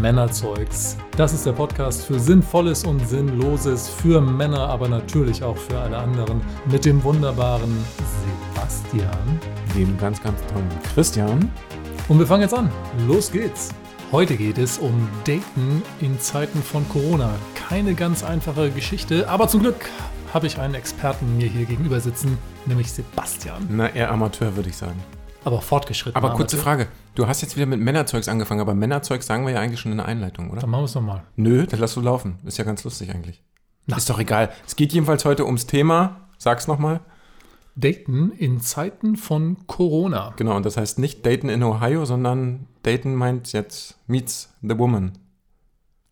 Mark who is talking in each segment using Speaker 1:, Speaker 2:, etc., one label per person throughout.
Speaker 1: Männerzeugs. Das ist der Podcast für Sinnvolles und Sinnloses, für Männer, aber natürlich auch für alle anderen, mit dem wunderbaren Sebastian.
Speaker 2: Dem ganz, ganz tollen Christian.
Speaker 1: Und wir fangen jetzt an. Los geht's. Heute geht es um Daten in Zeiten von Corona. Keine ganz einfache Geschichte, aber zum Glück habe ich einen Experten mir hier gegenüber sitzen, nämlich Sebastian.
Speaker 2: Na, eher Amateur, würde ich sagen.
Speaker 1: Aber fortgeschritten.
Speaker 2: Aber kurze Frage. Du hast jetzt wieder mit Männerzeugs angefangen, aber Männerzeugs sagen wir ja eigentlich schon in der Einleitung, oder?
Speaker 1: Dann machen wir es nochmal.
Speaker 2: Nö, das lass du laufen. Ist ja ganz lustig eigentlich.
Speaker 1: Na.
Speaker 2: Ist doch egal. Es geht jedenfalls heute ums Thema. Sag's nochmal.
Speaker 1: Daten in Zeiten von Corona.
Speaker 2: Genau, und das heißt nicht Dayton in Ohio, sondern Dayton meint jetzt Meets the Woman.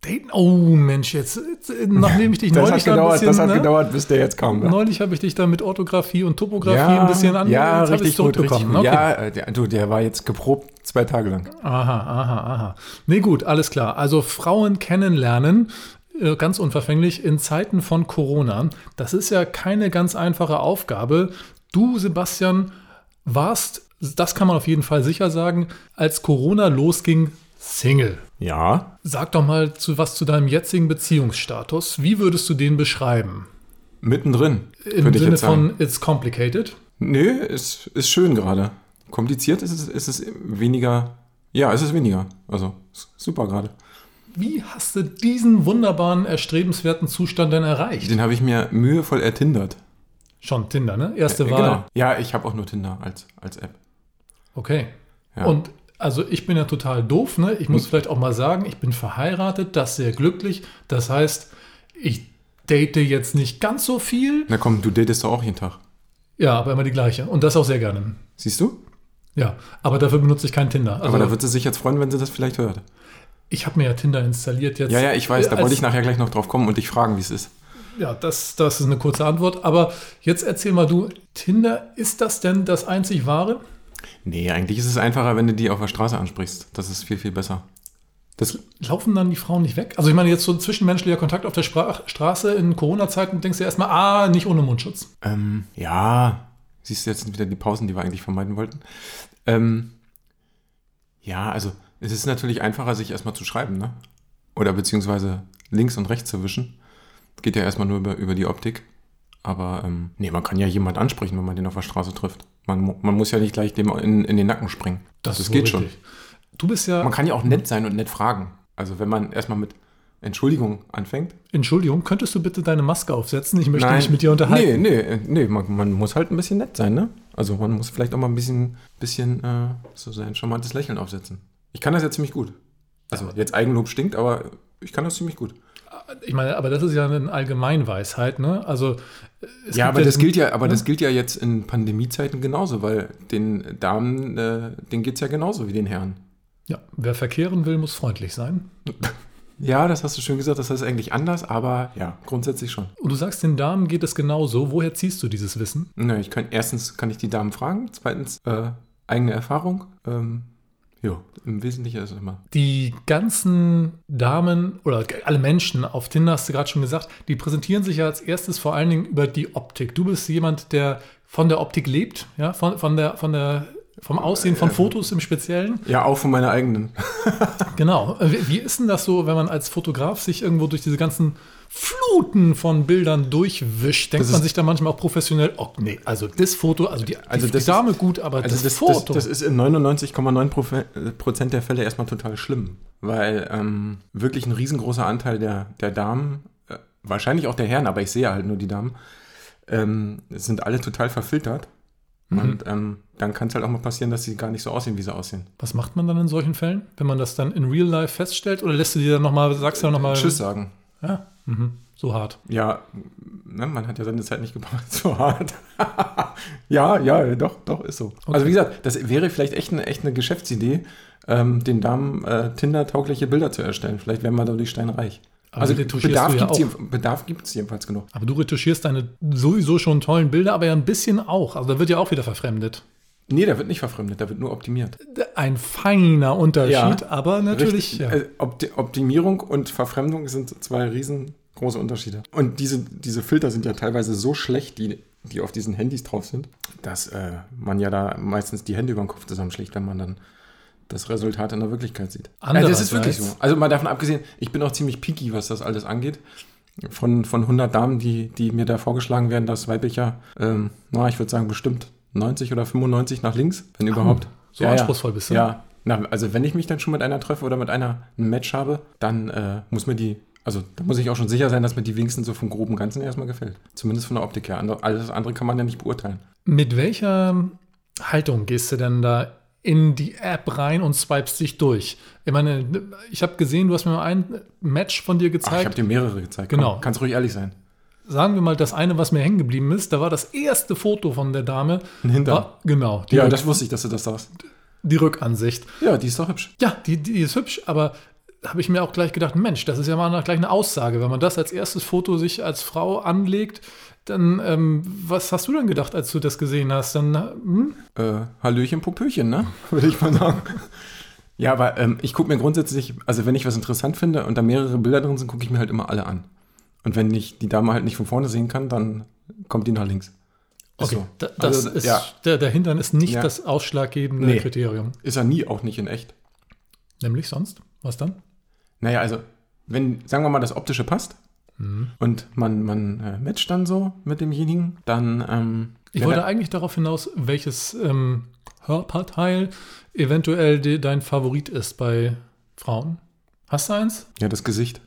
Speaker 1: Daten. Oh Mensch, jetzt, jetzt äh, nachdem ich dich neulich da ein bisschen, ne?
Speaker 2: gedauert, bis der jetzt kam.
Speaker 1: Neulich habe ich dich da mit Orthographie und Topografie ein bisschen ange-
Speaker 2: ja,
Speaker 1: jetzt habe
Speaker 2: richtig
Speaker 1: ich's
Speaker 2: gut, richtig gut.
Speaker 1: ne? Okay.
Speaker 2: Ja, äh, der, du, der war jetzt geprobt zwei Tage lang.
Speaker 1: Aha, aha, aha. Nee, gut, alles klar. Also Frauen kennenlernen, äh, ganz unverfänglich, in Zeiten von Corona. Das ist ja keine ganz einfache Aufgabe. Du, Sebastian, warst, das kann man auf jeden Fall sicher sagen, als Corona losging, Single.
Speaker 2: Ja.
Speaker 1: Sag doch mal zu, was zu deinem jetzigen Beziehungsstatus. Wie würdest du den beschreiben?
Speaker 2: Mittendrin,
Speaker 1: Im Sinne von It's complicated.
Speaker 2: Nö, es ist schön gerade. Kompliziert ist es, ist es weniger. Ja, es ist weniger. Also, ist super gerade.
Speaker 1: Wie hast du diesen wunderbaren, erstrebenswerten Zustand denn erreicht?
Speaker 2: Den habe ich mir mühevoll ertindert.
Speaker 1: Schon Tinder, ne? Erste Wahl.
Speaker 2: Genau. Ja, ich habe auch nur Tinder als, als App.
Speaker 1: Okay.
Speaker 2: Ja.
Speaker 1: Und also ich bin ja total doof, ne? Ich muss vielleicht auch mal sagen, ich bin verheiratet, das sehr glücklich. Das heißt, ich date jetzt nicht ganz so viel.
Speaker 2: Na komm, du datest doch auch jeden Tag.
Speaker 1: Ja, aber immer die gleiche. Und das auch sehr gerne.
Speaker 2: Siehst du?
Speaker 1: Ja, aber dafür benutze ich kein Tinder. Also
Speaker 2: Aber da wird sie sich jetzt freuen, wenn sie das vielleicht hört.
Speaker 1: ich habe mir ja Tinder installiert jetzt.
Speaker 2: Ja, ja, ich weiß, da
Speaker 1: als-
Speaker 2: wollte ich nachher gleich noch drauf kommen und dich fragen, wie es ist.
Speaker 1: Ja, das, das ist eine kurze Antwort. Aber jetzt erzähl mal du, Tinder, ist das denn das einzig wahre?
Speaker 2: Nee, eigentlich ist es einfacher, wenn du die auf der Straße ansprichst. Das ist viel, viel besser. Das,
Speaker 1: Laufen dann die Frauen nicht weg? Also ich meine, jetzt so ein zwischenmenschlicher Kontakt auf der Spra Straße in Corona-Zeiten denkst du erstmal, ah, nicht ohne Mundschutz.
Speaker 2: ähm, ja, siehst du, jetzt sind wieder die Pausen, die wir eigentlich vermeiden wollten. Ähm, ja, also es ist natürlich einfacher, sich erstmal zu schreiben, ne? Oder beziehungsweise links und rechts zu wischen. Geht ja erstmal nur über, über die Optik. Aber ähm, nee, man kann ja jemand ansprechen, wenn man den auf der Straße trifft. Man, mu- man muss ja nicht gleich dem in, in den Nacken springen.
Speaker 1: ist wohl
Speaker 2: geht schon.
Speaker 1: richtig. Du bist ja,
Speaker 2: Man kann ja auch nett sein und nett fragen. Also wenn man erstmal mit Entschuldigung anfängt.
Speaker 1: Entschuldigung, könntest du bitte deine Maske aufsetzen? Ich möchte mich mit dir unterhalten.
Speaker 2: Nee, nee, nee, man, man muss halt ein bisschen nett sein, ne? Also man muss vielleicht auch mal ein bisschen, bisschen äh, so sein charmantes Lächeln aufsetzen. Ich kann das ja ziemlich gut. Also jetzt Eigenlob stinkt, aber ich kann das ziemlich gut.
Speaker 1: Ich meine, aber das ist ja eine Allgemeinweisheit, ne? Also es
Speaker 2: ja,
Speaker 1: gibt
Speaker 2: aber das gilt ja, aber
Speaker 1: ne?
Speaker 2: das gilt ja jetzt in Pandemiezeiten genauso, weil den Damen, äh, denen geht's ja genauso wie den Herren.
Speaker 1: Ja, wer verkehren will, muss freundlich sein.
Speaker 2: Ja, das hast du schön gesagt, das ist eigentlich anders, aber ja, grundsätzlich schon.
Speaker 1: Und du sagst, den Damen geht es genauso. Woher ziehst du dieses Wissen?
Speaker 2: Ne, ich kann erstens kann ich die Damen fragen, zweitens äh, eigene Erfahrung. Ähm, ja, im Wesentlichen ist es immer.
Speaker 1: die ganzen Damen oder alle Menschen auf Tinder, hast du gerade schon gesagt, die präsentieren sich ja als erstes vor allen Dingen über die Optik. Du bist jemand, der von der Optik lebt, ja, von, von der, von der, vom Aussehen von Fotos im Speziellen.
Speaker 2: Ja, auch von meiner eigenen.
Speaker 1: Genau. Wie, wie ist denn das so, wenn man als Fotograf sich irgendwo durch diese ganzen Fluten von Bildern durchwischt? Denkt
Speaker 2: Das
Speaker 1: man
Speaker 2: ist-
Speaker 1: sich da manchmal auch professionell, oh nee, also das Foto, also die,
Speaker 2: Also
Speaker 1: die,
Speaker 2: das also
Speaker 1: die Dame gut, aber das, Foto.
Speaker 2: Das, das ist in 99,9 Profe- äh, Prozent der Fälle erstmal total schlimm, weil ähm, wirklich ein riesengroßer Anteil der, der Damen, äh, wahrscheinlich auch der Herren, aber ich sehe halt nur die Damen, ähm, es sind alle total verfiltert.
Speaker 1: Mhm.
Speaker 2: Und ähm, dann kann es halt auch mal passieren, dass sie gar nicht so aussehen, wie sie aussehen.
Speaker 1: Was macht man dann in solchen Fällen, wenn man das dann in real life feststellt? Oder lässt du dir dann nochmal, sagst du dann nochmal,
Speaker 2: Tschüss sagen.
Speaker 1: Ja, mhm. so hart.
Speaker 2: Ja, ne, man hat ja seine Zeit nicht gebraucht, so hart. ja, ja, doch, doch, ist so. Also wie gesagt, das wäre vielleicht echt eine, echt eine Geschäftsidee, ähm, den Damen äh, Tinder-taugliche Bilder zu erstellen. Vielleicht wären wir dadurch steinreich.
Speaker 1: Aber
Speaker 2: also
Speaker 1: die retuschierst
Speaker 2: Bedarf
Speaker 1: du ja
Speaker 2: gibt's
Speaker 1: auch.
Speaker 2: jeden- Bedarf gibt es jedenfalls genug.
Speaker 1: Aber du retuschierst deine sowieso schon tollen Bilder, aber ja ein bisschen auch. Also da wird ja auch wieder verfremdet.
Speaker 2: Nee, der wird nicht verfremdet, der wird nur optimiert.
Speaker 1: Ein feiner Unterschied,
Speaker 2: Ja,
Speaker 1: aber natürlich.
Speaker 2: Richtig.
Speaker 1: Ja.
Speaker 2: Äh, Opti Optimierung und Verfremdung sind zwei riesengroße Unterschiede. Und diese, diese Filter sind ja teilweise so schlecht, die, die auf diesen Handys drauf sind, dass äh, man ja da meistens die Hände über den Kopf zusammenschlägt, wenn man dann das Resultat in der Wirklichkeit sieht.
Speaker 1: Andererseits-
Speaker 2: Also das ist wirklich so. Also mal davon abgesehen, ich bin auch ziemlich picky, was das alles angeht. Von, von 100 Damen, die, die mir da vorgeschlagen werden, das weiblicher, ähm, na, ich würde sagen bestimmt 90 oder 95 nach links, wenn überhaupt.
Speaker 1: so anspruchsvoll bist du.
Speaker 2: Ja, na, also wenn ich mich dann schon mit einer treffe oder mit einer ein Match habe, dann äh, muss mir die, also da muss ich auch schon sicher sein, dass mir die wenigstens so vom groben Ganzen erstmal gefällt. Zumindest von der Optik her. Ander- Alles andere kann man ja nicht beurteilen.
Speaker 1: Mit welcher Haltung gehst du denn da in die App rein und swipest dich durch? Ich meine, ich habe gesehen, du hast mir mal ein Match von dir
Speaker 2: Ach, ich
Speaker 1: gezeigt.
Speaker 2: habe dir mehrere gezeigt. Komm,
Speaker 1: Genau.
Speaker 2: Kannst ruhig ehrlich sein.
Speaker 1: Sagen wir mal, das eine, was mir hängen geblieben ist, da war das erste Foto von der Dame.
Speaker 2: Ein Hintern.
Speaker 1: War, genau, die,
Speaker 2: Ja,
Speaker 1: Rück,
Speaker 2: das wusste ich, dass du das sagst.
Speaker 1: die Rückansicht.
Speaker 2: Ja, die ist doch hübsch.
Speaker 1: Ja, die, die ist hübsch, aber habe ich mir auch gleich gedacht, Mensch, das ist ja mal eine, gleich eine Aussage. Wenn man das als erstes Foto sich als Frau anlegt, dann, ähm, was hast du denn gedacht, als du das gesehen hast? Dann, hm?
Speaker 2: Äh, Hallöchen, Popöchen, ne? Würde ich mal sagen. ja, aber ähm, ich gucke mir grundsätzlich, also wenn ich was interessant finde und da mehrere Bilder drin sind, gucke ich mir halt immer alle an. Und wenn ich die Dame halt nicht von vorne sehen kann, dann kommt die nach links.
Speaker 1: Okay,
Speaker 2: so.
Speaker 1: da, das
Speaker 2: Also,
Speaker 1: ist,
Speaker 2: ja.
Speaker 1: der, der Hintern ist nicht
Speaker 2: Ja.
Speaker 1: das ausschlaggebende
Speaker 2: Nee.
Speaker 1: Kriterium.
Speaker 2: Ist er nie, auch nicht in echt.
Speaker 1: Nämlich sonst? Was dann?
Speaker 2: Naja, also, wenn, sagen wir mal, das Optische passt
Speaker 1: Mhm.
Speaker 2: und man, man äh, matcht dann so mit demjenigen, dann. Ähm,
Speaker 1: Ich
Speaker 2: wenn
Speaker 1: wollte
Speaker 2: er-
Speaker 1: eigentlich darauf hinaus, welches ähm, Hörparteil eventuell de, dein Favorit ist bei Frauen. Hast du eins?
Speaker 2: ja, das Gesicht.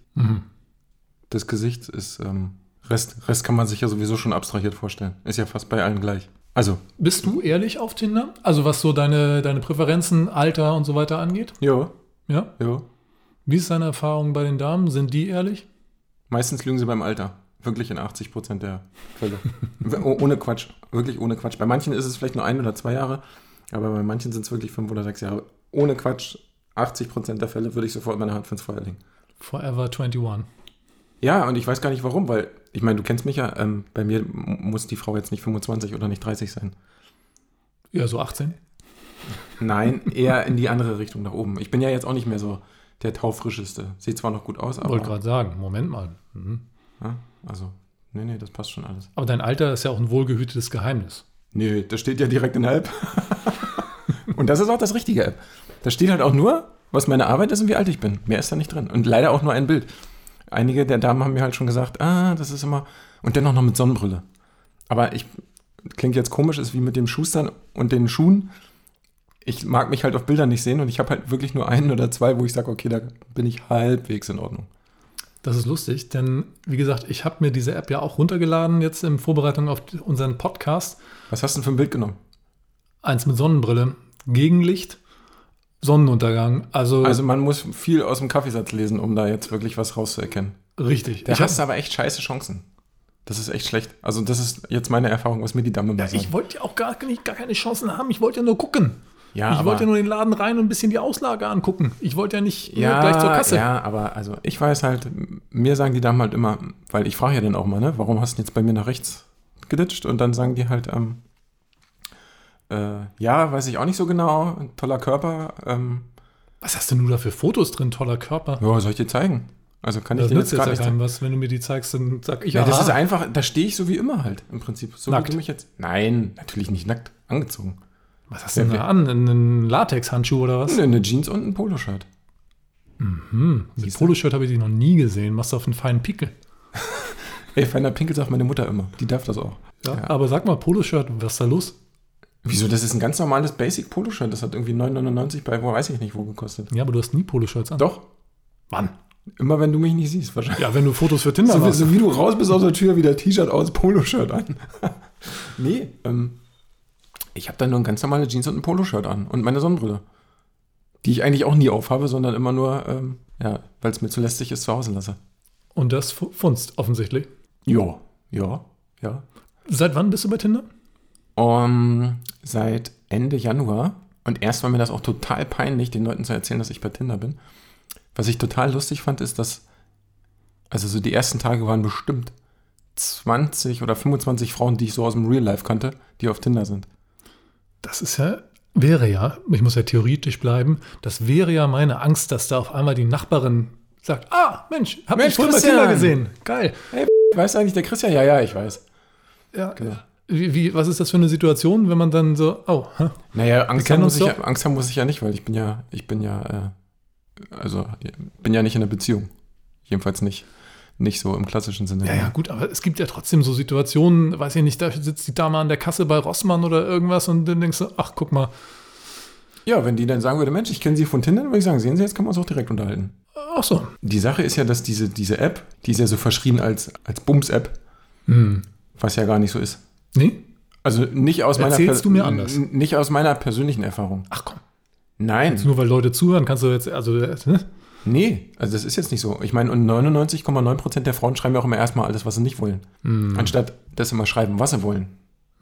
Speaker 2: Das Gesicht ist. Ähm, Rest, Rest kann man sich ja sowieso schon abstrahiert vorstellen. Ist ja fast bei allen gleich. Also,
Speaker 1: Bist du ehrlich auf Tinder? Also was so deine, deine Präferenzen, Alter und so weiter angeht?
Speaker 2: jo,
Speaker 1: Ja.
Speaker 2: jo.
Speaker 1: Wie ist deine Erfahrung bei den Damen? Sind die ehrlich?
Speaker 2: Meistens lügen sie beim Alter. Wirklich in 80 Prozent der Fälle. W- oh- ohne Quatsch. Wirklich ohne Quatsch. Bei manchen ist es vielleicht nur ein oder zwei Jahre, aber bei manchen sind es wirklich fünf oder sechs Jahre. Ohne Quatsch. 80 Prozent der Fälle würde ich sofort meine Hand fürs Feuer legen.
Speaker 1: Forever 21.
Speaker 2: Ja, und ich weiß gar nicht warum, weil, ich meine, du kennst mich ja, ähm, bei mir m- muss die Frau jetzt nicht 25 oder nicht 30 sein.
Speaker 1: Ja, so 18.
Speaker 2: Nein, eher in die andere Richtung nach oben. Ich bin ja jetzt auch nicht mehr so der taufrischeste. Sieht zwar noch gut aus, aber.
Speaker 1: Wollte gerade sagen, Moment mal. Mhm.
Speaker 2: Ja, also, nee, nee, das passt schon alles.
Speaker 1: Aber dein Alter ist ja auch ein wohlgehütetes Geheimnis.
Speaker 2: Nee, das steht ja direkt in der App. und das ist auch das richtige App. Da steht halt auch nur, was meine Arbeit ist und wie alt ich bin. Mehr ist da nicht drin. Und leider auch nur ein Bild. Einige der Damen haben mir halt schon gesagt, ah, das ist immer. Und dennoch noch mit Sonnenbrille. Aber ich. Klingt jetzt komisch, ist wie mit dem Schustern und den Schuhen. Ich mag mich halt auf Bildern nicht sehen und ich habe halt wirklich nur einen oder zwei, wo ich sage, okay, da bin ich halbwegs in Ordnung.
Speaker 1: Das ist lustig, denn wie gesagt, ich habe mir diese App ja auch runtergeladen jetzt in Vorbereitung auf unseren Podcast.
Speaker 2: Was hast du denn für ein Bild genommen?
Speaker 1: Eins mit Sonnenbrille, Gegenlicht, Sonnenuntergang. Also,
Speaker 2: Also man muss viel aus dem Kaffeesatz lesen, um da jetzt wirklich was rauszuerkennen.
Speaker 1: richtig.
Speaker 2: Da
Speaker 1: Ich hab-
Speaker 2: hast du aber echt scheiße Chancen. Das ist echt schlecht. Also, das ist jetzt meine Erfahrung, was mir die Dame mal
Speaker 1: Ja, ich
Speaker 2: sagen.
Speaker 1: wollte ja auch gar, nicht, gar keine Chancen haben. Ich wollte ja nur gucken.
Speaker 2: Ja,
Speaker 1: ich
Speaker 2: aber-
Speaker 1: wollte ja nur den Laden rein und ein bisschen die Auslage angucken. Ich wollte ja nicht nur
Speaker 2: ja,
Speaker 1: gleich zur Kasse.
Speaker 2: ja, aber also ich weiß halt, m- mir sagen die Damen halt immer, weil ich frage ja dann auch mal, ne, warum hast du denn jetzt bei mir nach rechts geditscht? Und dann sagen die halt, ähm, äh, ja, weiß ich auch nicht so genau, ein toller Körper, ähm,
Speaker 1: Was hast denn du da für Fotos drin? Toller Körper.
Speaker 2: ja, soll ich dir zeigen? Also kann ich
Speaker 1: Das
Speaker 2: dir
Speaker 1: nützt
Speaker 2: jetzt
Speaker 1: jetzt
Speaker 2: gar
Speaker 1: ja
Speaker 2: nicht
Speaker 1: keinem was. Wenn du mir die zeigst, dann sag ich
Speaker 2: Ja, das
Speaker 1: aha.
Speaker 2: ist einfach, da stehe ich so wie immer halt im Prinzip. So
Speaker 1: Nackt.
Speaker 2: wie du mich jetzt. Nein, natürlich nicht nackt, angezogen.
Speaker 1: Was hast du denn da an? Einen Latex-Handschuh oder was?
Speaker 2: Eine Jeans und ein Poloshirt.
Speaker 1: Mit Poloshirt habe ich dich noch nie gesehen. Machst du auf einen feinen Pickel.
Speaker 2: Ey, feiner Pinkel sagt meine Mutter immer. Die darf das auch.
Speaker 1: Ja? Aber sag mal, Poloshirt, was ist da los?
Speaker 2: Wieso? Das ist ein ganz normales Basic Poloshirt. Das hat irgendwie 9,99 bei, wo weiß ich nicht, wo gekostet.
Speaker 1: Ja, aber du hast nie Poloshirts an.
Speaker 2: Doch,
Speaker 1: Wann?
Speaker 2: immer wenn du mich nicht siehst, wahrscheinlich.
Speaker 1: Ja, wenn du Fotos für Tinder
Speaker 2: So, wie-
Speaker 1: machst.
Speaker 2: so wie du raus bist aus der Tür, wieder T-Shirt aus, Poloshirt an. nee, ähm, ich habe dann nur ein ganz normales Jeans und ein Poloshirt an und meine Sonnenbrille. Die ich eigentlich auch nie aufhabe, sondern immer nur, ähm, ja, weil es mir zu lästig ist, zu Hause lasse.
Speaker 1: Und das fu- funzt offensichtlich.
Speaker 2: Ja, ja, ja.
Speaker 1: Seit wann bist du bei Tinder?
Speaker 2: Ähm, seit Ende Januar. Und erst war mir das auch total peinlich, den Leuten zu erzählen, dass ich bei Tinder bin. Was ich total lustig fand, ist, dass, also so die ersten Tage waren bestimmt 20 oder 25 Frauen, die ich so aus dem Real Life kannte, die auf Tinder sind.
Speaker 1: Das ist ja, wäre ja, ich muss ja theoretisch bleiben, das wäre ja meine Angst, dass da auf einmal die Nachbarin sagt, ah, Mensch, hab
Speaker 2: Mensch,
Speaker 1: dich vorhin bei
Speaker 2: Christian.
Speaker 1: Tinder gesehen. Geil.
Speaker 2: Weißt du eigentlich, der Christian? Ja, ja, ich weiß.
Speaker 1: Ja,
Speaker 2: Genau.
Speaker 1: Wie, wie, was ist das für eine Situation, wenn man dann so, oh, hä?
Speaker 2: Naja, Angst
Speaker 1: kennen
Speaker 2: haben, muss
Speaker 1: uns
Speaker 2: ich,
Speaker 1: doch.
Speaker 2: Angst haben muss ich ja nicht, weil ich bin ja, ich bin ja, äh, also bin ja nicht in einer Beziehung. Jedenfalls nicht, nicht so im klassischen Sinne.
Speaker 1: ja, ja, gut, aber es gibt ja trotzdem so Situationen, weiß ich nicht, da sitzt die Dame an der Kasse bei Rossmann oder irgendwas und dann denkst du, ach, guck mal,
Speaker 2: Ja, wenn die dann sagen würde, Mensch, ich kenne Sie von Tinder, dann würde ich sagen, sehen Sie, jetzt können wir uns auch direkt unterhalten.
Speaker 1: ach so,
Speaker 2: Die Sache ist ja, dass diese, diese App, die ist ja so verschrien als, als Bums-App,
Speaker 1: hm,
Speaker 2: was ja gar nicht so ist.
Speaker 1: nee,
Speaker 2: Also nicht aus meiner
Speaker 1: Erzählst du mir anders?
Speaker 2: n- Nicht aus meiner persönlichen Erfahrung.
Speaker 1: ach komm,
Speaker 2: Nein.
Speaker 1: nur weil Leute zuhören, kannst du jetzt, also, äh, ne?
Speaker 2: Nee, also das ist jetzt nicht so. Ich meine, und 99,9% der Frauen schreiben ja auch immer erstmal alles, was sie nicht wollen.
Speaker 1: Hm.
Speaker 2: Anstatt das immer schreiben, was sie wollen.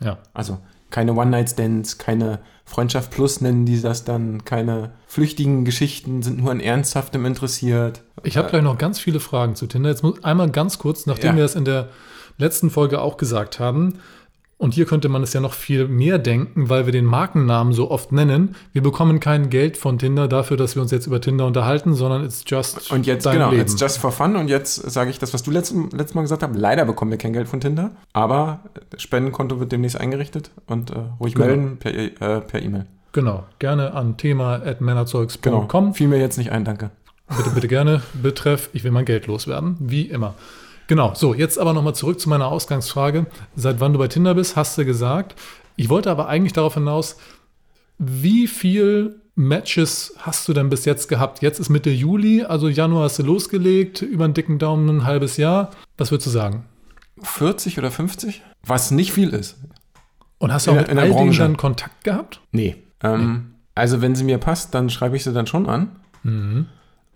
Speaker 1: ja,
Speaker 2: Also keine One-Night-Stands, keine Freundschaft Plus nennen die das dann, keine flüchtigen Geschichten, sind nur an Ernsthaftem interessiert.
Speaker 1: Ich habe gleich noch ganz viele Fragen zu Tinder. Jetzt muss einmal ganz kurz, nachdem
Speaker 2: Äh, Ja.
Speaker 1: wir es in der letzten Folge auch gesagt haben, und hier könnte man es ja noch viel mehr denken, weil wir den Markennamen so oft nennen. Wir bekommen kein Geld von Tinder dafür, dass wir uns jetzt über Tinder unterhalten, sondern it's just
Speaker 2: Und jetzt,
Speaker 1: dein
Speaker 2: genau,
Speaker 1: Leben.
Speaker 2: jetzt just for fun. Und jetzt sage ich das, was du letzten, letztes Mal gesagt hast. Leider bekommen wir kein Geld von Tinder, aber das Spendenkonto wird demnächst eingerichtet und äh, ruhig
Speaker 1: Genau.
Speaker 2: melden per E- äh, per E-Mail.
Speaker 1: genau, gerne an thema.männerzeugs.com.
Speaker 2: genau. Fiel mir jetzt nicht ein, danke.
Speaker 1: Bitte, bitte gerne. Betreff, ich will mein Geld loswerden, wie immer. Genau, so, jetzt aber nochmal zurück zu meiner Ausgangsfrage. Seit wann du bei Tinder bist, hast du gesagt. Ich wollte aber eigentlich darauf hinaus, wie viel Matches hast du denn bis jetzt gehabt? Jetzt ist Mitte Juli, also Januar hast du losgelegt, über den dicken Daumen ein halbes Jahr. Was würdest du sagen?
Speaker 2: 40 oder 50? Was nicht viel ist.
Speaker 1: Und hast du auch
Speaker 2: In
Speaker 1: mit
Speaker 2: der- in der
Speaker 1: all denen
Speaker 2: Branche.
Speaker 1: dann Kontakt gehabt?
Speaker 2: Nee. Ähm, Also wenn sie mir passt, dann schreibe ich sie dann schon an.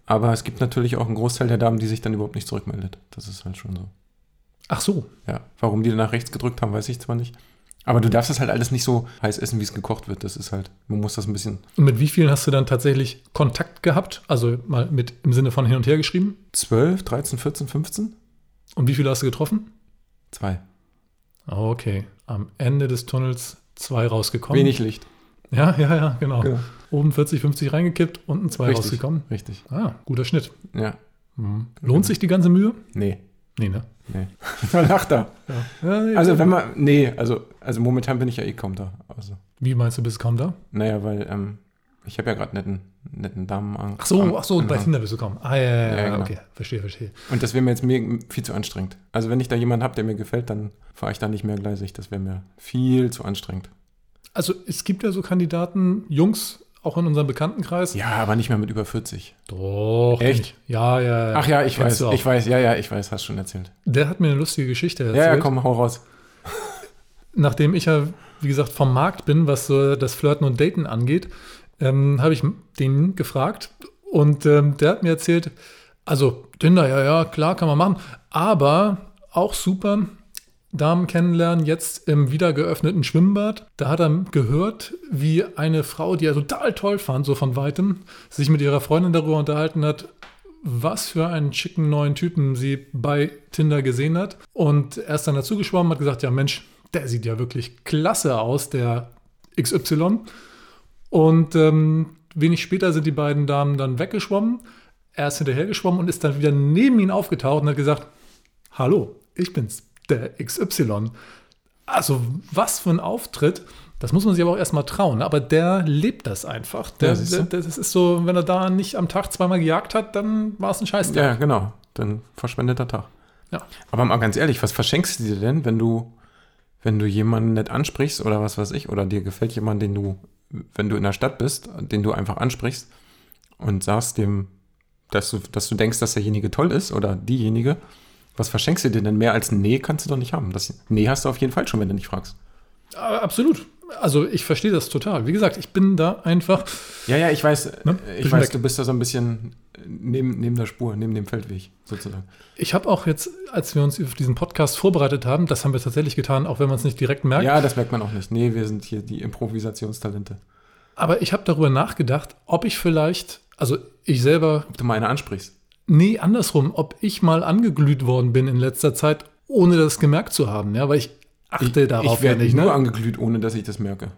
Speaker 2: Aber es gibt natürlich auch einen Großteil der Damen, die sich dann überhaupt nicht zurückmeldet. Das ist halt schon so.
Speaker 1: Ach so,
Speaker 2: Ja, warum die dann nach rechts gedrückt haben, weiß ich zwar nicht. Aber du darfst das halt alles nicht so heiß essen, wie es gekocht wird. Das ist halt, man muss das ein bisschen.
Speaker 1: und mit wie vielen hast du dann tatsächlich Kontakt gehabt? Also mal mit im Sinne von hin und her geschrieben.
Speaker 2: 12, 13, 14, 15?
Speaker 1: Und wie viele hast du getroffen?
Speaker 2: Zwei.
Speaker 1: Oh, Okay, am Ende des Tunnels zwei rausgekommen.
Speaker 2: Wenig Licht.
Speaker 1: Ja, ja, ja, genau.
Speaker 2: Genau.
Speaker 1: Oben 40, 50 reingekippt, unten zwei
Speaker 2: Richtig.
Speaker 1: rausgekommen.
Speaker 2: Richtig.
Speaker 1: Ah, guter Schnitt. Mhm.
Speaker 2: Ja. Genau.
Speaker 1: Lohnt sich die ganze Mühe?
Speaker 2: Nee.
Speaker 1: Nee, ne?
Speaker 2: Nee. Lacht da.
Speaker 1: Ja,
Speaker 2: Also wenn man. Nee, also, also momentan bin ich ja eh kaum da. Also.
Speaker 1: Wie meinst du, bist du kaum da?
Speaker 2: Naja, weil ähm, ich habe ja gerade netten, netten Damen an.
Speaker 1: Ach so,
Speaker 2: an-
Speaker 1: ach so, bei
Speaker 2: anhang.
Speaker 1: Tinder bist du kaum. Ah, ja, ja, ja,
Speaker 2: genau. Ja, genau.
Speaker 1: okay. Verstehe, verstehe.
Speaker 2: Und das wäre mir jetzt mir viel zu anstrengend. Also wenn ich da jemanden habe, der mir gefällt, dann fahre ich da nicht mehr gleisig. Das wäre mir viel zu anstrengend.
Speaker 1: Also, es gibt ja so Kandidaten, Jungs, auch in unserem Bekanntenkreis.
Speaker 2: Ja, aber nicht mehr mit über 40.
Speaker 1: Doch.
Speaker 2: Echt?
Speaker 1: nicht. Ja, ja,
Speaker 2: Ach ja, ich
Speaker 1: Kennst
Speaker 2: weiß,
Speaker 1: du auch.
Speaker 2: ich weiß, ja, ja, ich weiß, hast schon erzählt.
Speaker 1: Der hat mir eine lustige Geschichte erzählt.
Speaker 2: Ja, ja, komm, hau raus.
Speaker 1: nachdem ich ja, wie gesagt, vom Markt bin, was so das Flirten und Daten angeht, ähm, habe ich den gefragt und ähm, der hat mir erzählt, also Tinder, ja, ja, klar, kann man machen, aber auch super, Damen kennenlernen, jetzt im wieder geöffneten Schwimmbad. Da hat er gehört, wie eine Frau, die er total toll fand, so von weitem, sich mit ihrer Freundin darüber unterhalten hat, was für einen schicken neuen Typen sie bei Tinder gesehen hat. Und er ist dann dazu geschwommen, hat gesagt, ja Mensch, der sieht ja wirklich klasse aus, der XY. Und ähm, wenig später sind die beiden Damen dann weggeschwommen. Er ist hinterhergeschwommen und ist dann wieder neben ihn aufgetaucht und hat gesagt, hallo, ich bin's, der XY. Also was für ein Auftritt. Das muss man sich aber auch erstmal trauen. Aber der lebt das einfach. Der,
Speaker 2: Ja, siehst du.
Speaker 1: der, der, das ist so, wenn er da nicht am Tag zweimal gejagt hat, dann war es ein Scheiß.
Speaker 2: Ja, genau. Dann verschwendeter Tag.
Speaker 1: Ja.
Speaker 2: Aber mal ganz ehrlich, was verschenkst du dir denn, wenn du, wenn du jemanden nicht ansprichst oder was weiß ich, oder dir gefällt jemand, den du, wenn du in der Stadt bist, den du einfach ansprichst und sagst dem, dass du, dass du denkst, dass derjenige toll ist oder diejenige, was verschenkst du dir denn mehr als ein Nee kannst du doch nicht haben. Das Nee hast du auf jeden Fall schon, wenn du nicht fragst.
Speaker 1: Aber Absolut. Also ich verstehe das total. Wie gesagt, ich bin da einfach.
Speaker 2: Ja, ja, ich weiß,
Speaker 1: Ne?
Speaker 2: ich
Speaker 1: Bisschen
Speaker 2: weiß,
Speaker 1: weg.
Speaker 2: du bist da so ein bisschen äh, neben, neben der Spur, neben dem Feldweg sozusagen.
Speaker 1: Ich habe auch jetzt, als wir uns auf diesen Podcast vorbereitet haben, das haben wir tatsächlich getan, auch wenn man es nicht direkt merkt,
Speaker 2: Ja, das merkt man auch nicht. Nee, wir sind hier die Improvisationstalente.
Speaker 1: aber ich habe darüber nachgedacht, ob ich vielleicht, also ich selber
Speaker 2: Ob du mal eine ansprichst.
Speaker 1: Nee, andersrum, ob ich mal angeglüht worden bin in letzter Zeit, ohne das gemerkt zu haben, ja, weil ich achte darauf
Speaker 2: ich werde
Speaker 1: ja nicht,
Speaker 2: nur
Speaker 1: ne?
Speaker 2: angeglüht, ohne dass ich das merke.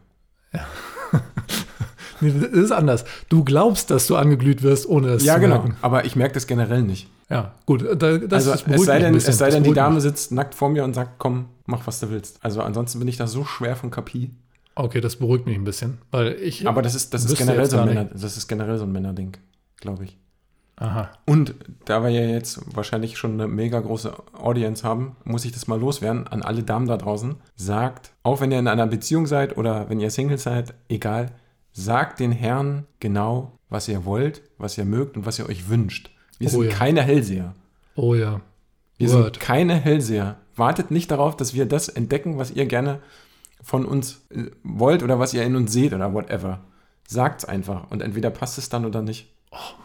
Speaker 1: Nee, das ist anders. Du glaubst, dass du angeglüht wirst, ohne es
Speaker 2: Ja,
Speaker 1: zu
Speaker 2: genau.
Speaker 1: merken.
Speaker 2: Aber ich merke das generell nicht.
Speaker 1: Ja, gut. Da, das
Speaker 2: Also
Speaker 1: das beruhigt
Speaker 2: es sei
Speaker 1: mich ein
Speaker 2: denn,
Speaker 1: bisschen.
Speaker 2: es sei
Speaker 1: Das
Speaker 2: denn die
Speaker 1: beruhigt
Speaker 2: Dame sitzt nackt vor mir und sagt, komm, mach was du willst. Also ansonsten bin ich da so schwer von Kapie.
Speaker 1: mich. Okay, das beruhigt mich ein bisschen. Weil ich.
Speaker 2: Aber das ist, das ist
Speaker 1: Wüsste
Speaker 2: generell
Speaker 1: jetzt
Speaker 2: so ein
Speaker 1: gar
Speaker 2: Männer, das ist generell so ein Männerding, glaube ich.
Speaker 1: aha.
Speaker 2: Und da wir ja jetzt wahrscheinlich schon eine mega große Audience haben, muss ich das mal loswerden an alle Damen da draußen. Sagt, auch wenn ihr in einer Beziehung seid oder wenn ihr Single seid, egal, sagt den Herren genau, was ihr wollt, was ihr mögt und was ihr euch wünscht. Wir
Speaker 1: Oh
Speaker 2: sind
Speaker 1: ja.
Speaker 2: keine Hellseher.
Speaker 1: Oh ja.
Speaker 2: Wir
Speaker 1: Word.
Speaker 2: sind keine Hellseher. Wartet nicht darauf, dass wir das entdecken, was ihr gerne von uns äh, wollt oder was ihr in uns seht oder whatever. Sagt's einfach und entweder passt es dann oder nicht.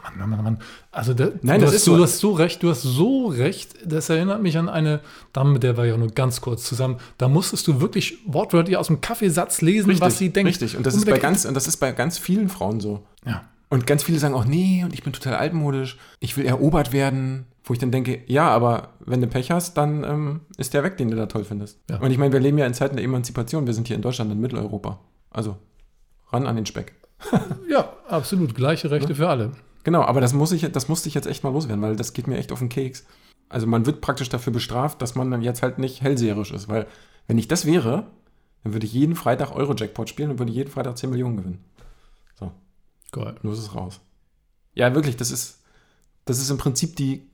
Speaker 1: Mann, Mann, Mann, Mann. Also da,
Speaker 2: Nein,
Speaker 1: du,
Speaker 2: das
Speaker 1: hast,
Speaker 2: ist
Speaker 1: du
Speaker 2: so.
Speaker 1: hast so recht, du hast so recht. Das erinnert mich an eine Dame, mit der war ja nur ganz kurz zusammen. Da musstest du wirklich wortwörtlich aus dem Kaffeesatz lesen, was sie denkt.
Speaker 2: Richtig. Und das,
Speaker 1: Und
Speaker 2: ist
Speaker 1: mit
Speaker 2: bei
Speaker 1: der-
Speaker 2: ganz, und das ist bei ganz vielen Frauen so.
Speaker 1: Ja.
Speaker 2: Und ganz viele sagen auch, nee, und ich bin total altmodisch, ich will erobert werden. Wo ich dann denke, ja, aber wenn du Pech hast, dann ähm, ist der weg, den du da toll findest.
Speaker 1: Ja.
Speaker 2: Und ich meine, wir leben ja in Zeiten der Emanzipation. Wir sind hier in Deutschland, in Mitteleuropa. Also, ran an den Speck.
Speaker 1: ja, absolut. Gleiche Rechte für alle.
Speaker 2: Genau, aber das, muss ich, das musste ich jetzt echt mal loswerden, weil das geht mir echt auf den Keks. Also man wird praktisch dafür bestraft, dass man dann jetzt halt nicht hellseherisch ist, weil wenn ich das wäre, dann würde ich jeden Freitag Euro-Jackpot spielen und würde jeden Freitag 10 Millionen gewinnen.
Speaker 1: Geil.
Speaker 2: Nur ist es raus. Ja, wirklich, das ist, das ist im Prinzip die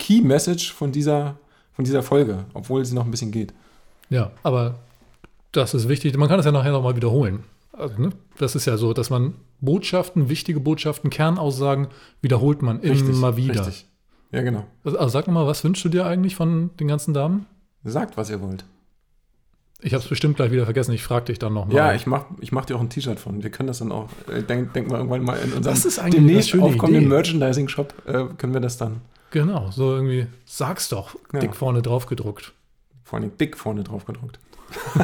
Speaker 2: Key-Message von dieser, von dieser Folge, obwohl sie noch ein bisschen geht.
Speaker 1: Ja, aber das ist wichtig. Man kann es ja nachher nochmal wiederholen. Also, ne? Das ist ja so, dass man Botschaften, wichtige Botschaften, Kernaussagen wiederholt man immer wieder.
Speaker 2: Richtig. Ja, genau.
Speaker 1: Also, also sag mal, was wünschst du dir eigentlich von den ganzen Damen?
Speaker 2: Sagt, was ihr wollt.
Speaker 1: Ich habe es bestimmt gleich wieder vergessen. Ich frage dich dann nochmal.
Speaker 2: Ja, ich mach, ich mach dir auch ein T-Shirt von. Wir können das dann auch, äh, denk, denk mal irgendwann mal in unserem
Speaker 1: Das ist eigentlich
Speaker 2: demnächst
Speaker 1: eine schöne
Speaker 2: aufkommenden
Speaker 1: Idee.
Speaker 2: Merchandising-Shop, äh, können wir das dann
Speaker 1: Genau, so irgendwie, sag's doch,
Speaker 2: Ja.
Speaker 1: dick vorne drauf gedruckt.
Speaker 2: vor allem dick vorne drauf gedruckt.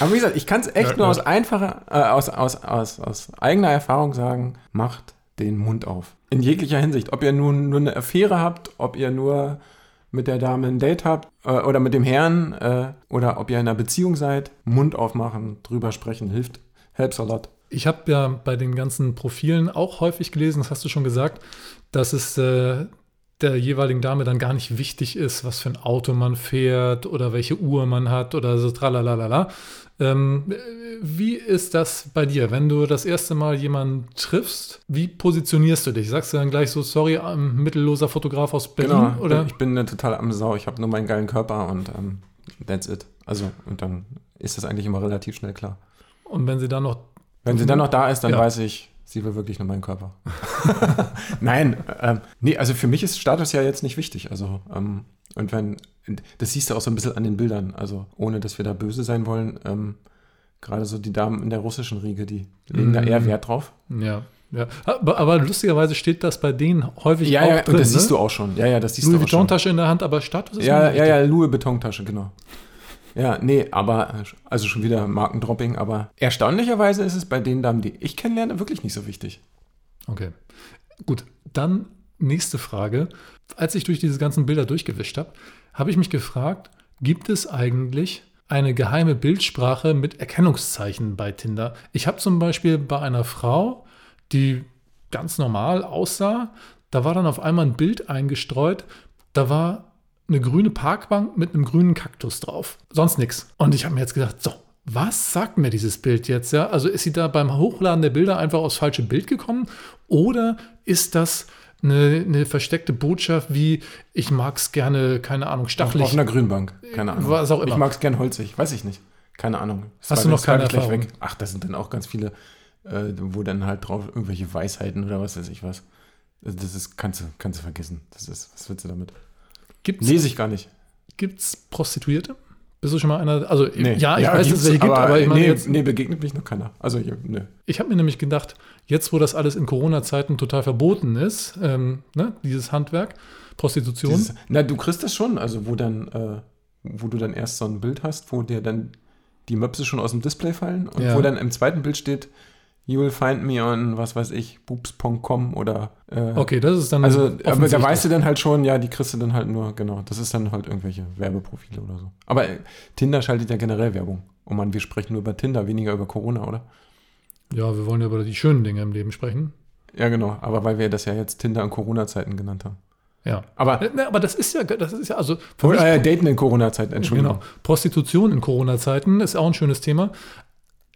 Speaker 2: Aber wie gesagt, ich kann es echt
Speaker 1: Ja,
Speaker 2: nur
Speaker 1: ja.
Speaker 2: aus einfacher, äh, aus, aus, aus, aus eigener Erfahrung sagen, macht den Mund auf. In jeglicher Hinsicht. Ob ihr nun nur eine Affäre habt, ob ihr nur mit der Dame ein Date habt äh, oder mit dem Herrn äh, oder ob ihr in einer Beziehung seid, Mund aufmachen, drüber sprechen, hilft. Helps a lot.
Speaker 1: Ich habe ja bei den ganzen Profilen auch häufig gelesen, das hast du schon gesagt, dass es äh, der jeweiligen Dame dann gar nicht wichtig ist, was für ein Auto man fährt oder welche Uhr man hat oder so tralalala. Ähm, äh, wie ist das bei dir, wenn du das erste Mal jemanden triffst? Wie positionierst du dich? Sagst du dann gleich so, sorry, ein mittelloser Fotograf aus Berlin? oder?
Speaker 2: Ich bin äh, total am Sau. Ich habe nur meinen geilen Körper und ähm, that's it. Also, und dann ist das eigentlich immer relativ schnell klar.
Speaker 1: Und wenn sie dann noch
Speaker 2: Wenn sie dann noch da ist, dann
Speaker 1: Mhm. Ja.
Speaker 2: weiß ich, sie will wirklich nur meinen Körper. Nein, ähm, nee, also für mich ist Status ja jetzt nicht wichtig. Also, ähm, und wenn, das siehst du auch so ein bisschen an den Bildern, also ohne dass wir da böse sein wollen, ähm, gerade so die Damen in der russischen Riege, die legen da
Speaker 1: Mhm.
Speaker 2: eher Wert drauf.
Speaker 1: Ja, ja. Aber, aber lustigerweise steht das bei denen häufig
Speaker 2: Ja,
Speaker 1: auch
Speaker 2: ja,
Speaker 1: drin.
Speaker 2: und das
Speaker 1: ne?
Speaker 2: siehst du auch schon. Ja, ja, das siehst
Speaker 1: Louis
Speaker 2: du auch schon.
Speaker 1: Vuitton-Tasche in der Hand, aber Status ist
Speaker 2: Ja,
Speaker 1: mir
Speaker 2: ja,
Speaker 1: wichtig.
Speaker 2: ja, Louis Betontasche, genau. Ja, nee, aber, äh, also schon wieder Markendropping, aber erstaunlicherweise ist es bei den Damen, die ich kennenlerne, wirklich nicht so wichtig.
Speaker 1: Okay. Gut, dann nächste Frage. Als ich durch diese ganzen Bilder durchgewischt habe, habe ich mich gefragt, gibt es eigentlich eine geheime Bildsprache mit Erkennungszeichen bei Tinder? Ich habe zum Beispiel bei einer Frau, die ganz normal aussah, da war dann auf einmal ein Bild eingestreut, da war eine grüne Parkbank mit einem grünen Kaktus drauf. Sonst nichts. Und ich habe mir jetzt gedacht, so, was sagt mir dieses Bild jetzt? Ja, also ist sie da beim Hochladen der Bilder einfach aufs falsche Bild gekommen? Oder ist das eine, eine versteckte Botschaft wie, ich mag es gerne, keine Ahnung,
Speaker 2: Auf, auf
Speaker 1: stachelig?
Speaker 2: einer Grünbank, keine Ahnung.
Speaker 1: Was auch
Speaker 2: Ich
Speaker 1: immer.
Speaker 2: mag es gern holzig, weiß ich nicht. Keine Ahnung. Das
Speaker 1: Hast
Speaker 2: war-
Speaker 1: du noch
Speaker 2: das war
Speaker 1: keine
Speaker 2: gleich
Speaker 1: Erfahrung?
Speaker 2: Weg. Ach, das sind dann auch ganz viele, äh, wo dann halt drauf irgendwelche Weisheiten oder was weiß ich was. Also Das ist, kannst du, kannst du vergessen. Das ist, was willst du damit?
Speaker 1: Gibt's
Speaker 2: Lese ich gar nicht.
Speaker 1: gibt's Prostituierte? Bist du schon mal einer? Also,
Speaker 2: Nee.
Speaker 1: ja, ich weiß, dass es
Speaker 2: gibt's, äh,
Speaker 1: welche gibt, aber, ich meine
Speaker 2: nee,
Speaker 1: jetzt.
Speaker 2: nee, begegnet mich noch keiner. Also, ich- nee.
Speaker 1: Ich habe mir nämlich gedacht, jetzt wo das alles in Corona-Zeiten total verboten ist, ähm, ne, dieses Handwerk, Prostitution.
Speaker 2: Dieses, na, du kriegst das schon, also wo dann, äh, wo du dann erst so ein Bild hast, wo dir dann die Möpse schon aus dem Display fallen und
Speaker 1: Ja.
Speaker 2: wo dann im zweiten Bild steht, you will find me on, was weiß ich, boobs.com oder äh,
Speaker 1: okay, das ist dann.
Speaker 2: Also, aber da
Speaker 1: offensichtlich.
Speaker 2: weißt du dann halt schon, ja, die kriegst du dann halt nur, genau, das ist dann halt irgendwelche Werbeprofile oder so. Aber äh, Tinder schaltet ja generell Werbung. Oh Mann, wir sprechen nur über Tinder, weniger über Corona, oder?
Speaker 1: Ja, wir wollen ja über die schönen Dinge im Leben sprechen.
Speaker 2: Ja, genau. Aber weil wir das ja jetzt Tinder in Corona-Zeiten genannt haben.
Speaker 1: Ja.
Speaker 2: Aber
Speaker 1: Na, aber das ist ja, das ist ja, also für
Speaker 2: Obwohl,
Speaker 1: mich-
Speaker 2: äh, Daten in Corona-Zeiten, Entschuldigung.
Speaker 1: genau. Prostitution in Corona-Zeiten ist auch ein schönes Thema.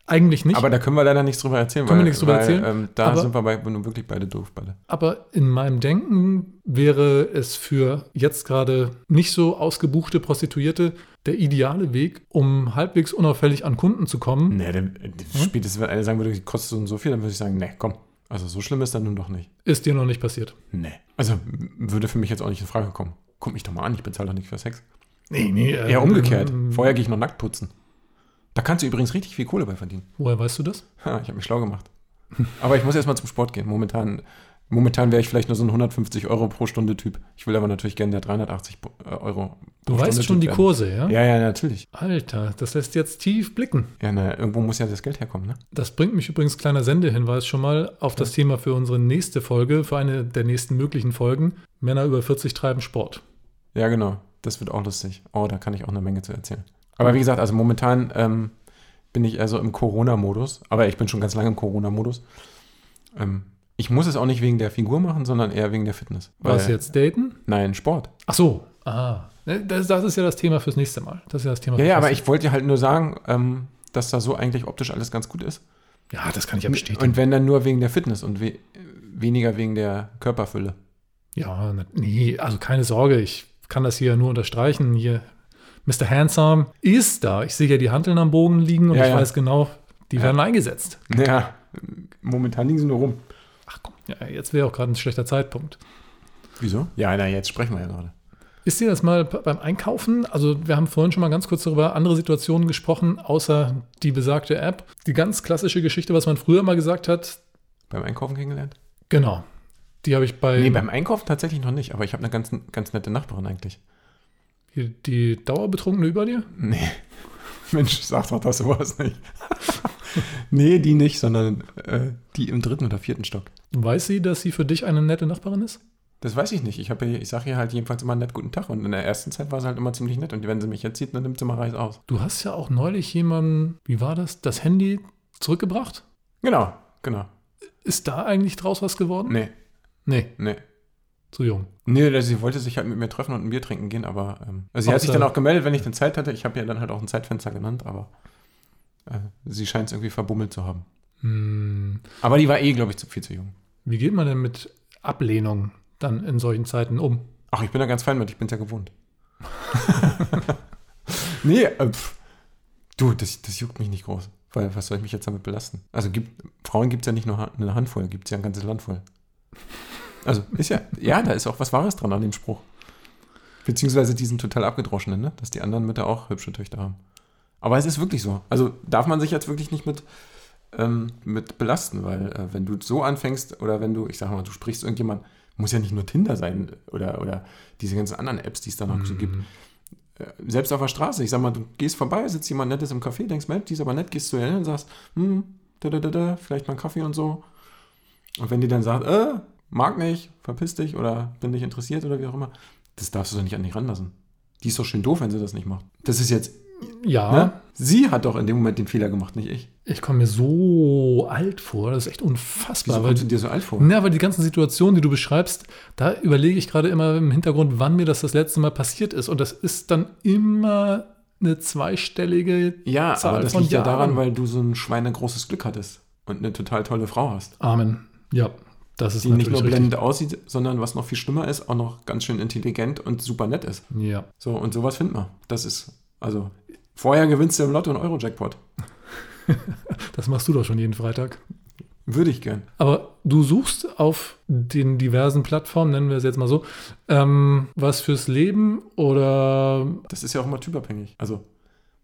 Speaker 1: Eigentlich nicht,
Speaker 2: Aber da können wir leider nichts drüber erzählen.
Speaker 1: Können wir nichts drüber erzählen,
Speaker 2: Ähm, da
Speaker 1: aber-
Speaker 2: sind wir bei, nun wirklich beide doof, beide.
Speaker 1: aber in meinem Denken wäre es für jetzt gerade nicht so ausgebuchte Prostituierte der ideale Weg, um halbwegs unauffällig an Kunden zu kommen.
Speaker 2: Nee, dann, äh, spätestens wenn einer sagen würde, die kostet so und so viel, dann würde ich sagen, nee, komm. Also so schlimm ist dann nun doch nicht.
Speaker 1: Ist dir noch nicht passiert.
Speaker 2: Nee. Also m- würde für mich jetzt auch nicht in Frage kommen. Guck mich doch mal an, ich bezahle doch nicht für Sex.
Speaker 1: Nee, nee. Äh,
Speaker 2: Eher umgekehrt.
Speaker 1: ähm,
Speaker 2: Vorher gehe ich noch nackt putzen. Da kannst du übrigens richtig viel Kohle bei verdienen.
Speaker 1: Woher weißt du das?
Speaker 2: Ha, ich habe mich schlau gemacht. Aber ich muss erstmal zum Sport gehen. Momentan, momentan wäre ich vielleicht nur so ein 150 Euro pro Stunde Typ. Ich will aber natürlich gerne der 380 pro- äh, Euro pro
Speaker 1: Du weißt
Speaker 2: Stunde
Speaker 1: schon
Speaker 2: Typ
Speaker 1: die
Speaker 2: werden.
Speaker 1: Kurse, ja?
Speaker 2: Ja, ja, natürlich.
Speaker 1: Alter, das lässt jetzt tief blicken.
Speaker 2: Ja, na, irgendwo muss ja das Geld herkommen, ne?
Speaker 1: Das bringt mich übrigens kleiner Sendehinweis schon mal auf das Thema für unsere nächste Folge, für eine der nächsten möglichen Folgen. Männer über 40 treiben Sport.
Speaker 2: Ja, genau. Das wird auch lustig. Oh, da kann ich auch eine Menge zu erzählen. Aber wie gesagt, also momentan ähm, bin ich also im Corona-Modus. Aber ich bin schon ganz lange im Corona-Modus. Ähm, ich muss es auch nicht wegen der Figur machen, sondern eher wegen der Fitness.
Speaker 1: Was
Speaker 2: Weil-
Speaker 1: jetzt daten?
Speaker 2: Nein, Sport.
Speaker 1: Ach so. Ah, Ne, das, das ist ja das Thema fürs nächste Mal. Das ist ja das Thema.
Speaker 2: Ja,
Speaker 1: fürs
Speaker 2: ja, aber
Speaker 1: nächste
Speaker 2: ich wollte halt nur sagen, ähm, dass da so eigentlich optisch alles ganz gut ist.
Speaker 1: Mal. Ja, das kann ich ja bestätigen.
Speaker 2: Und wenn dann nur wegen der Fitness und we weniger wegen der Körperfülle.
Speaker 1: ja, ne- nee, also keine Sorge. Ich kann das hier ja nur unterstreichen. Hier, Mr. Handsome ist da. Ich sehe ja die Hanteln am Bogen liegen und
Speaker 2: Ja,
Speaker 1: ich
Speaker 2: ja.
Speaker 1: weiß genau, die werden eingesetzt.
Speaker 2: Ja, momentan liegen sie nur rum.
Speaker 1: Ach komm, ja, jetzt wäre auch gerade ein schlechter Zeitpunkt.
Speaker 2: Wieso? Ja, na, jetzt sprechen wir ja gerade.
Speaker 1: Ist dir das mal b- beim Einkaufen, also wir haben vorhin schon mal ganz kurz darüber andere Situationen gesprochen, außer die besagte App. Die ganz klassische Geschichte, was man früher mal gesagt hat,
Speaker 2: Beim Einkaufen kennengelernt?
Speaker 1: genau, die habe ich bei
Speaker 2: Nee, beim Einkaufen tatsächlich noch nicht, aber ich habe eine ganz, ganz nette Nachbarin eigentlich.
Speaker 1: die, die Dauerbetrunkene über dir.
Speaker 2: Nee. Mensch, sag doch das sowas nicht. nee, die nicht, sondern äh, die im dritten oder vierten Stock.
Speaker 1: Weiß sie, dass sie für dich eine nette Nachbarin ist?
Speaker 2: Das weiß ich nicht. Ich, hab ihr- ich sage ihr halt jedenfalls immer nett guten Tag. Und in der ersten Zeit war sie halt immer ziemlich nett. Und wenn sie mich jetzt sieht, dann nimmt sie mal Reis aus.
Speaker 1: Du hast ja auch neulich jemanden, wie war das, das Handy zurückgebracht?
Speaker 2: Genau, genau.
Speaker 1: Ist da eigentlich draus was geworden?
Speaker 2: Nee,
Speaker 1: Nee,
Speaker 2: nee.
Speaker 1: zu jung.
Speaker 2: Nee, also sie wollte sich halt mit mir treffen und ein Bier trinken gehen, aber ähm, also sie hat sich
Speaker 1: Außer-
Speaker 2: dann auch gemeldet, wenn ich dann Zeit hatte. Ich habe ihr dann halt auch ein Zeitfenster genannt, aber äh, sie scheint es irgendwie verbummelt zu haben.
Speaker 1: Hm,
Speaker 2: Aber die war eh, glaube ich, zu, viel zu jung.
Speaker 1: wie geht man denn mit Ablehnung dann in solchen Zeiten um?
Speaker 2: Ach, ich bin da ganz fein mit, ich bin's ja gewohnt. nee, äh, pf. du, das, das juckt mich nicht groß. Weil was soll ich mich jetzt damit belasten? Also gibt, Frauen gibt es ja nicht nur ha- eine Handvoll, gibt es ja ein ganzes Land voll. Also ist ja, ja, da ist auch was Wahres dran an dem Spruch. Beziehungsweise die sind total abgedroschenen, ne? dass die anderen Mütter auch hübsche Töchter haben. Aber es ist wirklich so. Also darf man sich jetzt wirklich nicht mit, ähm, mit belasten, weil äh, wenn du so anfängst oder wenn du, ich sag mal, du sprichst irgendjemand, muss ja nicht nur Tinder sein oder, oder diese ganzen anderen Apps, die es da noch so gibt.
Speaker 1: Hm.
Speaker 2: Äh, Selbst auf der Straße, ich sag mal, du gehst vorbei, sitzt jemand Nettes im Café, denkst, Mensch, die ist aber nett, gehst zu ihr hin und sagst, hm, da, da, da, da, vielleicht mal einen Kaffee und so. Und wenn die dann sagt, äh, mag nicht, verpiss dich oder bin nicht interessiert oder wie auch immer, das darfst du doch nicht an dich ranlassen. Die ist doch schön doof, wenn sie das nicht macht. Das ist jetzt,
Speaker 1: Ja,
Speaker 2: ne? Sie hat doch in dem Moment den Fehler gemacht, nicht ich.
Speaker 1: Ich komme mir so alt vor, das ist echt unfassbar.
Speaker 2: Wieso
Speaker 1: Weil,
Speaker 2: kommst du dir so alt vor?
Speaker 1: na, weil die ganzen Situationen, die du beschreibst, da überlege ich gerade immer im Hintergrund, wann mir das das letzte Mal passiert ist. Und das ist dann immer eine zweistellige
Speaker 2: Ja,
Speaker 1: Zahl
Speaker 2: aber das
Speaker 1: von
Speaker 2: liegt ja
Speaker 1: Jahren.
Speaker 2: daran, weil du so ein schweinegroßes Glück hattest und eine total tolle Frau hast,
Speaker 1: Amen. Ja, das ist
Speaker 2: die nicht
Speaker 1: natürlich
Speaker 2: nur
Speaker 1: richtig.
Speaker 2: blendend aussieht, sondern was noch viel schlimmer ist, auch noch ganz schön intelligent und super nett ist.
Speaker 1: Ja.
Speaker 2: So, und sowas findet man. Das ist, also, vorher gewinnst du im Lotto einen Euro-Jackpot.
Speaker 1: Das machst du doch schon jeden Freitag.
Speaker 2: Würde ich gern.
Speaker 1: Aber du suchst auf den diversen Plattformen, nennen wir es jetzt mal so, ähm, was fürs Leben oder
Speaker 2: Das ist ja auch immer typabhängig. Also,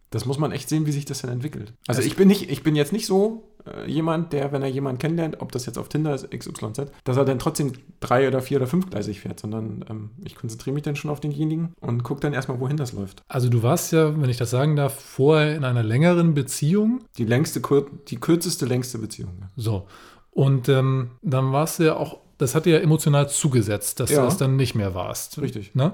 Speaker 2: das muss man echt sehen, wie sich das dann entwickelt. Also, ich bin nicht, ich bin jetzt nicht so äh, jemand, der, wenn er jemanden kennenlernt, ob das jetzt auf Tinder ist, XYZ, dass er dann trotzdem drei oder vier oder fünfgleisig fährt, sondern ähm, ich konzentriere mich dann schon auf denjenigen und gucke dann erstmal, wohin das läuft.
Speaker 1: also du warst ja, wenn ich das sagen darf, vorher in einer längeren Beziehung
Speaker 2: Die längste, kur die kürzeste, längste Beziehung. ja.
Speaker 1: So. Und ähm, dann warst du ja auch, das hat dir ja emotional zugesetzt, dass
Speaker 2: Ja.
Speaker 1: du das dann nicht mehr warst.
Speaker 2: Richtig.
Speaker 1: Ne?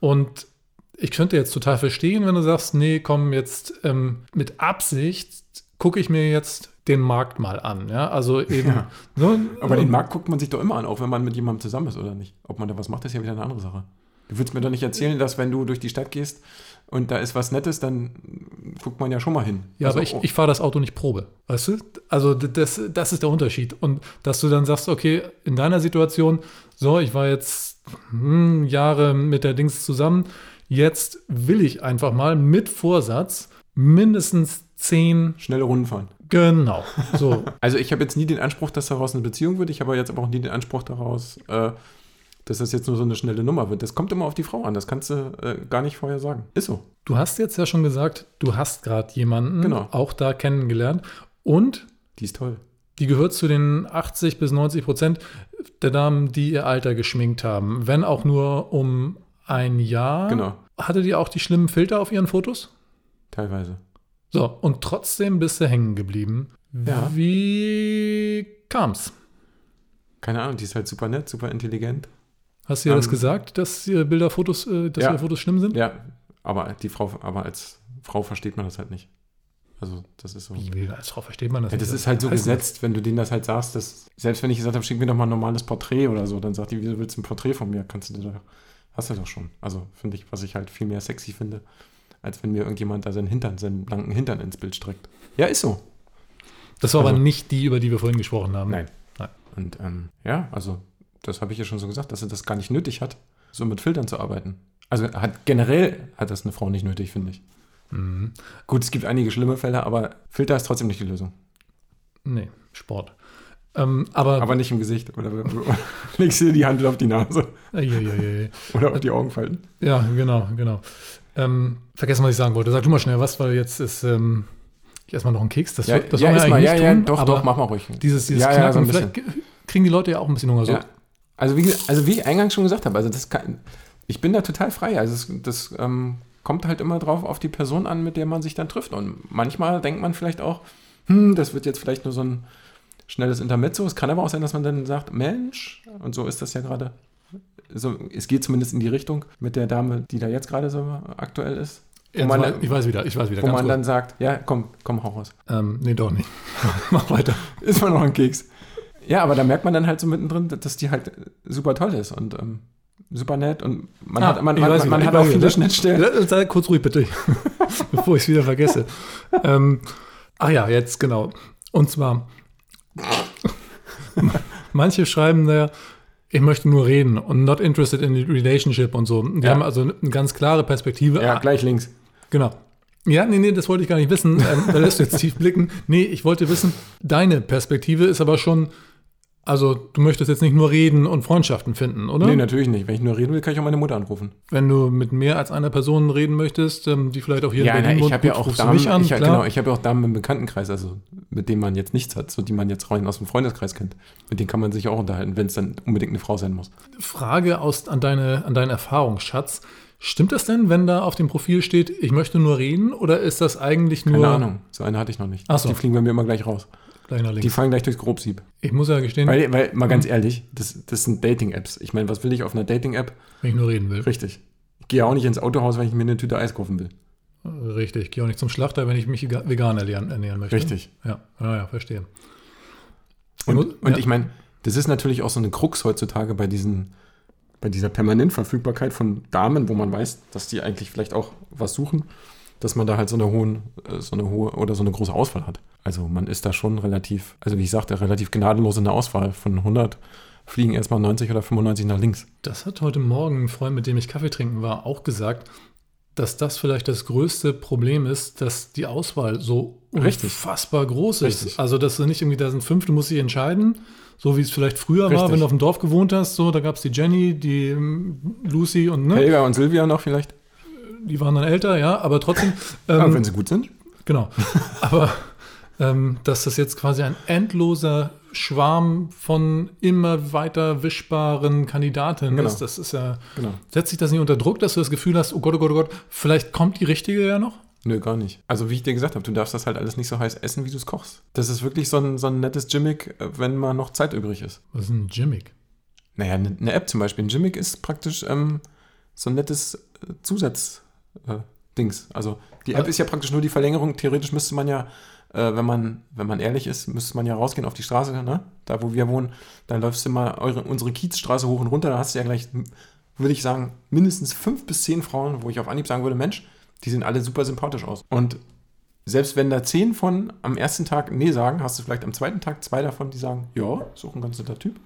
Speaker 1: Und ich könnte jetzt total verstehen, wenn du sagst, nee, komm, jetzt ähm, mit Absicht gucke ich mir jetzt den Markt mal an. Ja? Also eben.
Speaker 2: Ja.
Speaker 1: So,
Speaker 2: Aber
Speaker 1: so-
Speaker 2: den Markt guckt man sich doch immer an, auch wenn man mit jemandem zusammen ist oder nicht. Ob man da was macht, ist ja wieder eine andere Sache. Du würdest mir doch nicht erzählen, dass wenn du durch die Stadt gehst und da ist was Nettes, dann guckt man ja schon mal hin.
Speaker 1: Ja,
Speaker 2: Also,
Speaker 1: aber ich,
Speaker 2: oh,
Speaker 1: ich fahre das Auto nicht Probe. Weißt du? Also d- das, das ist der Unterschied. Und dass du dann sagst, okay, in deiner Situation, so, ich war jetzt hm, Jahre mit der Dings zusammen, jetzt will ich einfach mal mit Vorsatz mindestens zehn,
Speaker 2: schnelle Runden fahren.
Speaker 1: genau, so.
Speaker 2: Also ich habe jetzt nie den Anspruch, dass daraus eine Beziehung wird. Ich habe jetzt aber auch nie den Anspruch daraus, äh, dass das jetzt nur so eine schnelle Nummer wird. Das kommt immer auf die Frau an. Das kannst du äh, gar nicht vorher sagen. Ist so.
Speaker 1: Du hast jetzt ja schon gesagt, du hast gerade jemanden
Speaker 2: Genau.
Speaker 1: auch da kennengelernt und
Speaker 2: Die ist toll.
Speaker 1: Die gehört zu den 80 bis 90 Prozent der Damen, die ihr Alter geschminkt haben. Wenn auch nur um ein Jahr.
Speaker 2: Genau.
Speaker 1: Hatte die auch die schlimmen Filter auf ihren Fotos?
Speaker 2: Teilweise.
Speaker 1: So, und trotzdem bist du hängen geblieben.
Speaker 2: Ja.
Speaker 1: Wie kam's?
Speaker 2: Keine Ahnung, die ist halt super nett, super intelligent.
Speaker 1: Hast du ihr das
Speaker 2: Ähm,
Speaker 1: gesagt, dass ihr Bilder, Fotos, äh, dass
Speaker 2: ja.
Speaker 1: ihre Fotos schlimm sind?
Speaker 2: Ja, aber die Frau, aber als Frau versteht man das halt nicht. Also, das ist so.
Speaker 1: Wie, wie, als Frau versteht man das
Speaker 2: Ja, das ist halt so
Speaker 1: Heißt
Speaker 2: gesetzt, wenn du denen das halt sagst, dass, selbst wenn ich gesagt habe, schick mir doch mal ein normales Porträt oder so, dann sagt die, wieso willst du ein Porträt von mir? Kannst du dir doch, hast du doch schon. Also finde ich, was ich halt viel mehr sexy finde, als wenn mir irgendjemand da seinen Hintern, seinen blanken Hintern ins Bild streckt. Ja, ist so.
Speaker 1: Das war aber
Speaker 2: Also-
Speaker 1: nicht die, über die wir vorhin gesprochen haben.
Speaker 2: Nein. Und ähm, ja, also das habe ich ja schon so gesagt, dass sie das gar nicht nötig hat, so mit Filtern zu arbeiten. Also hat generell hat das eine Frau nicht nötig, finde ich.
Speaker 1: Mhm.
Speaker 2: Gut, es gibt einige schlimme Fälle, aber Filter ist trotzdem nicht die Lösung.
Speaker 1: Nee, Sport. Ähm, aber.
Speaker 2: Aber nicht im Gesicht. Oder legst dir die Hand auf die Nase
Speaker 1: Eieieiei.
Speaker 2: oder auf die Augenfalten.
Speaker 1: Ja, genau, genau. Ähm, vergessen, was ich sagen wollte. Sag du mal schnell was, weil jetzt ist ähm, ich erstmal noch einen Keks. Das, wird- das wollen wir
Speaker 2: isst
Speaker 1: eigentlich
Speaker 2: mal,
Speaker 1: nicht
Speaker 2: ja,
Speaker 1: tun.
Speaker 2: ja, doch,
Speaker 1: aber
Speaker 2: doch, mach mal ruhig.
Speaker 1: Dieses, dieses
Speaker 2: ja,
Speaker 1: Knacken,
Speaker 2: ja, so ein
Speaker 1: vielleicht
Speaker 2: bisschen.
Speaker 1: k- kriegen die Leute ja auch ein bisschen Hunger. So.
Speaker 2: Ja. Also, wie, gesagt- also wie ich eingangs schon gesagt habe, also das kann, ich bin da total frei. Also es, das ähm, kommt halt immer drauf auf die Person an, mit der man sich dann trifft. Und manchmal denkt man vielleicht auch, hm, das wird jetzt vielleicht nur so ein schnelles Intermezzo. Es kann aber auch sein, dass man dann sagt, Mensch, und so ist das ja gerade. So, es geht zumindest in die Richtung mit der Dame, die da jetzt gerade so aktuell ist.
Speaker 1: Jetzt
Speaker 2: man-
Speaker 1: mal- ich weiß wieder, ich weiß wieder.
Speaker 2: Wo man
Speaker 1: Ganz
Speaker 2: dann sagt, ja, komm, komm, hau raus.
Speaker 1: kurz. ähm, nee, doch nicht. Mach weiter.
Speaker 2: Ist man noch ein Keks. Ja, aber da merkt man dann halt so mittendrin, dass die halt super toll ist und ähm, super nett und man
Speaker 1: Ah,
Speaker 2: hat, man,
Speaker 1: ich
Speaker 2: man,
Speaker 1: weiß,
Speaker 2: man
Speaker 1: ich
Speaker 2: hat
Speaker 1: weiß,
Speaker 2: auch
Speaker 1: ich
Speaker 2: viele
Speaker 1: weiß.
Speaker 2: Schnittstellen.
Speaker 1: Sei- Sei kurz ruhig, bitte, bevor ich es wieder vergesse. ähm, ach ja, jetzt genau. Und zwar, manche schreiben da, ich möchte nur reden und not interested in the relationship und so. Die
Speaker 2: Ja.
Speaker 1: haben also eine ganz klare Perspektive.
Speaker 2: Ja,
Speaker 1: Ah,
Speaker 2: gleich links.
Speaker 1: Genau. Ja, nee, nee, das wollte ich gar nicht wissen. Ähm, da lässt du jetzt tief blicken. Nee, ich wollte wissen, deine Perspektive ist aber schon, also du möchtest jetzt nicht nur reden und Freundschaften finden, oder?
Speaker 2: Nee, natürlich nicht. Wenn ich nur reden will, kann ich auch meine Mutter anrufen.
Speaker 1: Wenn du mit mehr als einer Person reden möchtest, ähm, die vielleicht auch hier
Speaker 2: na,
Speaker 1: wohnt,
Speaker 2: hab
Speaker 1: gut, rufst du mich an,
Speaker 2: ich, hab-
Speaker 1: klar.
Speaker 2: genau, ich habe ja auch Damen im Bekanntenkreis, also mit denen man jetzt nichts hat, so die man jetzt rein aus dem Freundeskreis kennt. Mit denen kann man sich auch unterhalten, wenn es dann unbedingt eine Frau sein muss.
Speaker 1: Frage aus, an, deine, an deinen Erfahrungsschatz. Stimmt das denn, wenn da auf dem Profil steht, ich möchte nur reden, oder ist das eigentlich nur
Speaker 2: Keine Ahnung, so eine hatte ich noch nicht.
Speaker 1: Ach so.
Speaker 2: Die fliegen bei mir immer gleich raus.
Speaker 1: kleiner
Speaker 2: Die
Speaker 1: Link?
Speaker 2: fallen gleich durchs Grobsieb.
Speaker 1: Ich muss ja gestehen,
Speaker 2: Weil, weil mal ganz ehrlich, das, das sind Dating-Apps. Ich meine, was will ich auf einer Dating-App?
Speaker 1: wenn ich nur reden will.
Speaker 2: Richtig. Ich gehe auch nicht ins Autohaus, wenn ich mir eine Tüte Eis kaufen will.
Speaker 1: Richtig, ich gehe auch nicht zum Schlachter, wenn ich mich ega- vegan ernähren, ernähren möchte.
Speaker 2: Richtig.
Speaker 1: Ja, ja, ja verstehe.
Speaker 2: Und,
Speaker 1: Mu-
Speaker 2: und
Speaker 1: ja.
Speaker 2: ich meine, das ist natürlich auch so eine Krux heutzutage bei diesen, bei dieser permanenten Verfügbarkeit von Damen, wo man weiß, dass die eigentlich vielleicht auch was suchen, dass man da halt so eine hohen, äh, so eine hohe oder so eine große Auswahl hat. Also man ist da schon relativ, also wie ich sagte, relativ gnadenlos in der Auswahl. Von 100 fliegen erstmal 90 oder 95 nach links.
Speaker 1: Das hat heute Morgen ein Freund, mit dem ich Kaffee trinken war, auch gesagt, dass das vielleicht das größte Problem ist, dass die Auswahl so
Speaker 2: Richtig.
Speaker 1: unfassbar groß ist.
Speaker 2: Richtig.
Speaker 1: Also, dass du nicht irgendwie da sind fünf, du musst dich entscheiden, so wie es vielleicht früher war,
Speaker 2: Richtig.
Speaker 1: wenn du auf dem Dorf gewohnt hast. So, da gab es die Jenny, die ähm, Lucy und ne,
Speaker 2: Helga und Silvia noch vielleicht,
Speaker 1: die waren dann älter, ja, aber trotzdem.
Speaker 2: Aber
Speaker 1: Ähm,
Speaker 2: Ah, wenn sie gut sind.
Speaker 1: Genau. Aber ähm, dass das jetzt quasi ein endloser Schwarm von immer weiter wischbaren Kandidatinnen
Speaker 2: Genau.
Speaker 1: ist, das ist ja.
Speaker 2: Genau.
Speaker 1: Setzt sich das nicht unter Druck, dass du das Gefühl hast, oh Gott, oh Gott, oh Gott, vielleicht kommt die richtige ja noch?
Speaker 2: Nö, gar nicht. Also wie ich dir gesagt habe, du darfst das halt alles nicht so heiß essen, wie du es kochst. Das ist wirklich so ein, so ein nettes Gimmick, äh, wenn mal noch Zeit übrig ist.
Speaker 1: Was ist denn ein Gimmick?
Speaker 2: Naja, eine ne App zum Beispiel. Ein Gimmick ist praktisch ähm, so ein nettes äh, Zusatz-Dings. also die App
Speaker 1: Ah.
Speaker 2: ist ja praktisch nur die Verlängerung. Theoretisch müsste man ja äh, wenn, man, wenn man ehrlich ist, müsste man ja rausgehen auf die Straße, ne? da wo wir wohnen, dann läufst du mal eure, unsere Kiezstraße hoch und runter, da hast du ja gleich, würde ich sagen, mindestens fünf bis zehn Frauen, wo ich auf Anhieb sagen würde, Mensch, die sehen alle super sympathisch aus. Und selbst wenn da zehn von am ersten Tag Nee sagen, hast du vielleicht am zweiten Tag zwei davon, die sagen, ja, ist auch ein ganz netter Typ.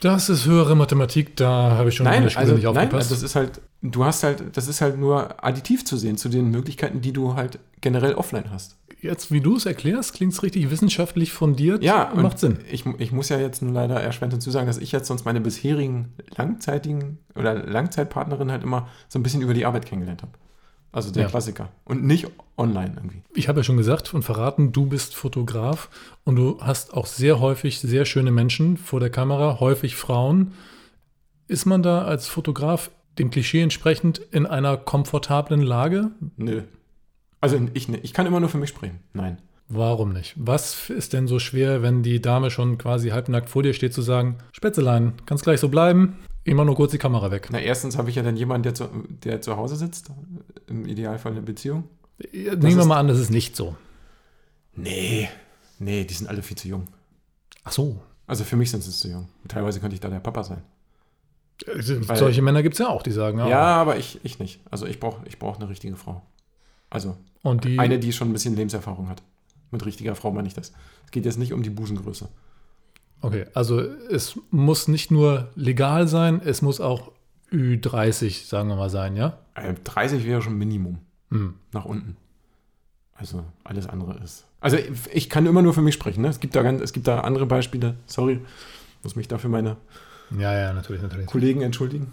Speaker 1: Das ist höhere Mathematik, da habe ich schon in
Speaker 2: Nein,
Speaker 1: der Schule
Speaker 2: also,
Speaker 1: nicht
Speaker 2: nein,
Speaker 1: aufgepasst.
Speaker 2: also das ist halt, du hast halt, das ist halt nur additiv zu sehen zu den Möglichkeiten, die du halt generell offline hast.
Speaker 1: Jetzt, wie du es erklärst, klingt es richtig wissenschaftlich fundiert.
Speaker 2: Ja, und
Speaker 1: macht Sinn.
Speaker 2: Ich, ich muss ja jetzt nun leider erschwerend dazu sagen, dass ich jetzt sonst meine bisherigen langzeitigen oder Langzeitpartnerin halt immer so ein bisschen über die Arbeit kennengelernt habe. Also der
Speaker 1: Ja.
Speaker 2: Klassiker. Und nicht online irgendwie.
Speaker 1: Ich habe ja schon gesagt und verraten, du bist Fotograf und du hast auch sehr häufig sehr schöne Menschen vor der Kamera, häufig Frauen. Ist man da als Fotograf dem Klischee entsprechend in einer komfortablen Lage?
Speaker 2: Nö. Also ich, ich kann immer nur für mich sprechen. Nein.
Speaker 1: Warum nicht? Was ist denn so schwer, wenn die Dame schon quasi halbnackt vor dir steht, zu sagen, Spätzelein, kannst gleich so bleiben, immer nur kurz die Kamera weg.
Speaker 2: Na, erstens habe ich ja dann jemanden, der zu, der zu Hause sitzt. Im Idealfall eine Beziehung.
Speaker 1: Nehmen wir
Speaker 2: ist-
Speaker 1: mal an, das ist nicht so.
Speaker 2: Nee. Nee, die sind alle viel zu jung.
Speaker 1: Ach so.
Speaker 2: Also für mich sind sie zu jung. Teilweise könnte ich da der Papa sein. Weil-
Speaker 1: Äh, Solche Männer gibt es ja auch, die sagen, ah,
Speaker 2: Ja, aber ich, ich nicht. Also ich brauche ich brauch eine richtige Frau. Also
Speaker 1: und die
Speaker 2: eine, die schon ein bisschen Lebenserfahrung hat. Mit richtiger Frau meine ich das. Es geht jetzt nicht um die Busengröße.
Speaker 1: Okay, also es muss nicht nur legal sein, es muss auch Ü30, sagen wir mal, sein, ja?
Speaker 2: Äh, 30 wäre schon Minimum.
Speaker 1: Hm.
Speaker 2: Nach unten. Also alles andere ist. Also ich, ich kann immer nur für mich sprechen. Ne? Es, gibt da ganz, es gibt da andere Beispiele. Sorry. Muss mich dafür meine
Speaker 1: Ja, ja, natürlich, natürlich.
Speaker 2: Kollegen entschuldigen.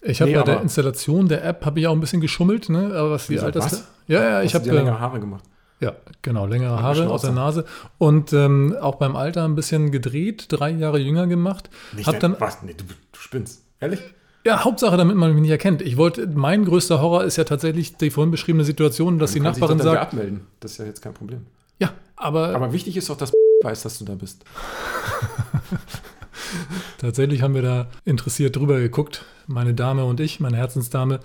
Speaker 1: Ich habe
Speaker 2: Nee,
Speaker 1: bei der
Speaker 2: aber-
Speaker 1: Installation der App habe ich auch ein bisschen geschummelt, ne? Aber was die
Speaker 2: Wieso,
Speaker 1: Alters
Speaker 2: was?
Speaker 1: Ja, ja, ich
Speaker 2: Hast
Speaker 1: habe
Speaker 2: du dir länger Haare gemacht.
Speaker 1: ja, genau, längere
Speaker 2: eine
Speaker 1: Haare aus
Speaker 2: Schnauze.
Speaker 1: der Nase und ähm, auch beim Alter ein bisschen gedreht, drei Jahre jünger gemacht. hab dann
Speaker 2: was? Nee, du, du spinnst. Ehrlich?
Speaker 1: ja Hauptsache, damit man mich nicht erkennt. Ich wollte, mein größter Horror ist ja tatsächlich die vorhin beschriebene Situation, dass die
Speaker 2: Kannst dich
Speaker 1: Nachbarin
Speaker 2: doch dann wieder
Speaker 1: sagt,
Speaker 2: abmelden. Das ist ja jetzt kein Problem.
Speaker 1: ja, aber
Speaker 2: Aber wichtig ist doch, dass weiß, dass du da bist.
Speaker 1: Tatsächlich haben wir da interessiert drüber geguckt, meine Dame und ich, meine Herzensdame,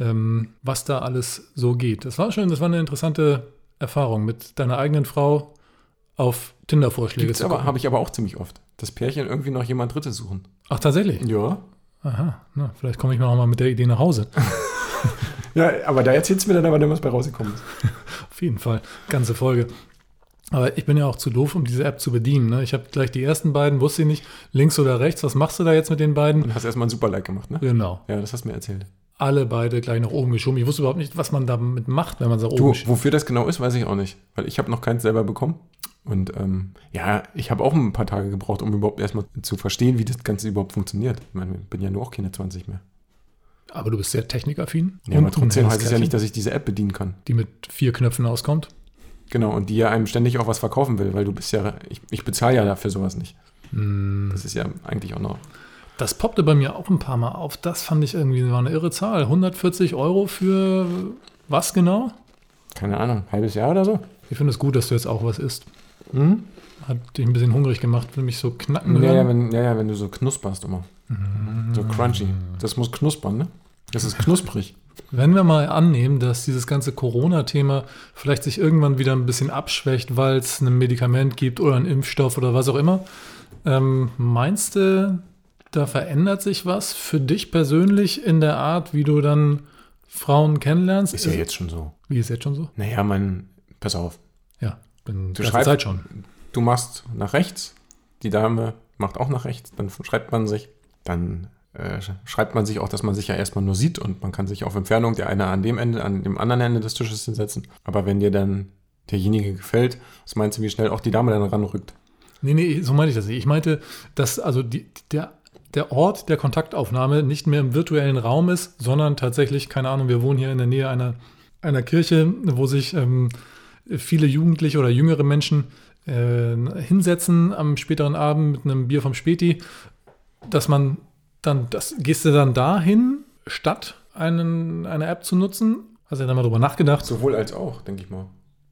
Speaker 1: ähm, was da alles so geht. Das war schön, das war eine interessante Erfahrung mit deiner eigenen Frau auf Tinder-Vorschläge
Speaker 2: Gibt's
Speaker 1: zu
Speaker 2: aber,
Speaker 1: gucken.
Speaker 2: habe ich aber auch ziemlich oft. Das Pärchen irgendwie noch jemand Drittes suchen.
Speaker 1: Ach, tatsächlich?
Speaker 2: Ja.
Speaker 1: Aha, na, vielleicht komme ich noch mal mit der Idee nach Hause.
Speaker 2: Ja, aber da erzählst du mir dann aber dann, was bei rausgekommen ist.
Speaker 1: Auf jeden Fall, ganze Folge. Aber ich bin ja auch zu doof, um diese App zu bedienen. Ne? Ich habe gleich die ersten beiden, wusste ich nicht, links oder rechts, was machst du da jetzt mit den beiden?
Speaker 2: Und hast erstmal ein Super-Like gemacht, ne?
Speaker 1: Genau,
Speaker 2: Ja, das hast du mir erzählt.
Speaker 1: alle beide gleich nach oben geschoben. Ich wusste überhaupt nicht, was man damit macht, wenn man es nach oben
Speaker 2: Du,
Speaker 1: schiebt.
Speaker 2: wofür das genau ist, weiß ich auch nicht. Weil ich habe noch keins selber bekommen. Und ähm, ja, ich habe auch ein paar Tage gebraucht, um überhaupt erstmal zu verstehen, wie das Ganze überhaupt funktioniert. Ich meine, ich bin ja nur auch keine 20 mehr.
Speaker 1: Aber du bist sehr technikaffin.
Speaker 2: Ja, aber trotzdem
Speaker 1: ein
Speaker 2: heißt es ja
Speaker 1: Kerlchen,
Speaker 2: nicht, dass ich diese App bedienen kann.
Speaker 1: Die mit vier Knöpfen auskommt.
Speaker 2: Genau, und die ja einem ständig auch was verkaufen will, weil du bist ja, ich, ich bezahle ja dafür sowas nicht. Das ist ja eigentlich auch noch.
Speaker 1: Mm. Das poppte bei mir auch ein paar Mal auf. Das fand ich irgendwie war eine irre Zahl. 140 Euro für was genau?
Speaker 2: Keine Ahnung, halbes Jahr oder so?
Speaker 1: Ich finde es gut, dass du jetzt auch was isst.
Speaker 2: Hm?
Speaker 1: Hat dich ein bisschen hungrig gemacht, will mich so knacken.
Speaker 2: Ja, ja,
Speaker 1: hören.
Speaker 2: wenn, ja, ja, wenn du so knusperst immer. So crunchy. Das muss knuspern, ne? Das ist knusprig.
Speaker 1: Wenn wir mal annehmen, dass dieses ganze Corona-Thema vielleicht sich irgendwann wieder ein bisschen abschwächt, weil es ein Medikament gibt oder einen Impfstoff oder was auch immer, ähm, meinst du, da verändert sich was für dich persönlich in der Art, wie du dann Frauen kennenlernst?
Speaker 2: Ist ja jetzt schon so.
Speaker 1: Wie ist jetzt schon so?
Speaker 2: Naja, mein, pass auf.
Speaker 1: Ja, bin die ganze
Speaker 2: schreibst-
Speaker 1: Zeit schon.
Speaker 2: Du machst nach rechts, die Dame macht auch nach rechts, dann schreibt man sich, dann äh, sch- schreibt man sich auch, dass man sich ja erstmal nur sieht und man kann sich auf Entfernung der eine an dem Ende, an dem anderen Ende des Tisches hinsetzen. Aber wenn dir dann derjenige gefällt, was meinst du, wie schnell auch die Dame dann ranrückt?
Speaker 1: Nee, nee, so meinte ich das nicht. Ich meinte, dass also die, der, der Ort der Kontaktaufnahme nicht mehr im virtuellen Raum ist, sondern tatsächlich, keine Ahnung, wir wohnen hier in der Nähe einer, einer Kirche, wo sich ähm, viele Jugendliche oder jüngere Menschen äh, hinsetzen am späteren Abend mit einem Bier vom Späti, dass man dann, das gehst du dann dahin, statt einen, eine App zu nutzen? Hast du ja da mal drüber nachgedacht?
Speaker 2: Sowohl als auch, denke ich mal.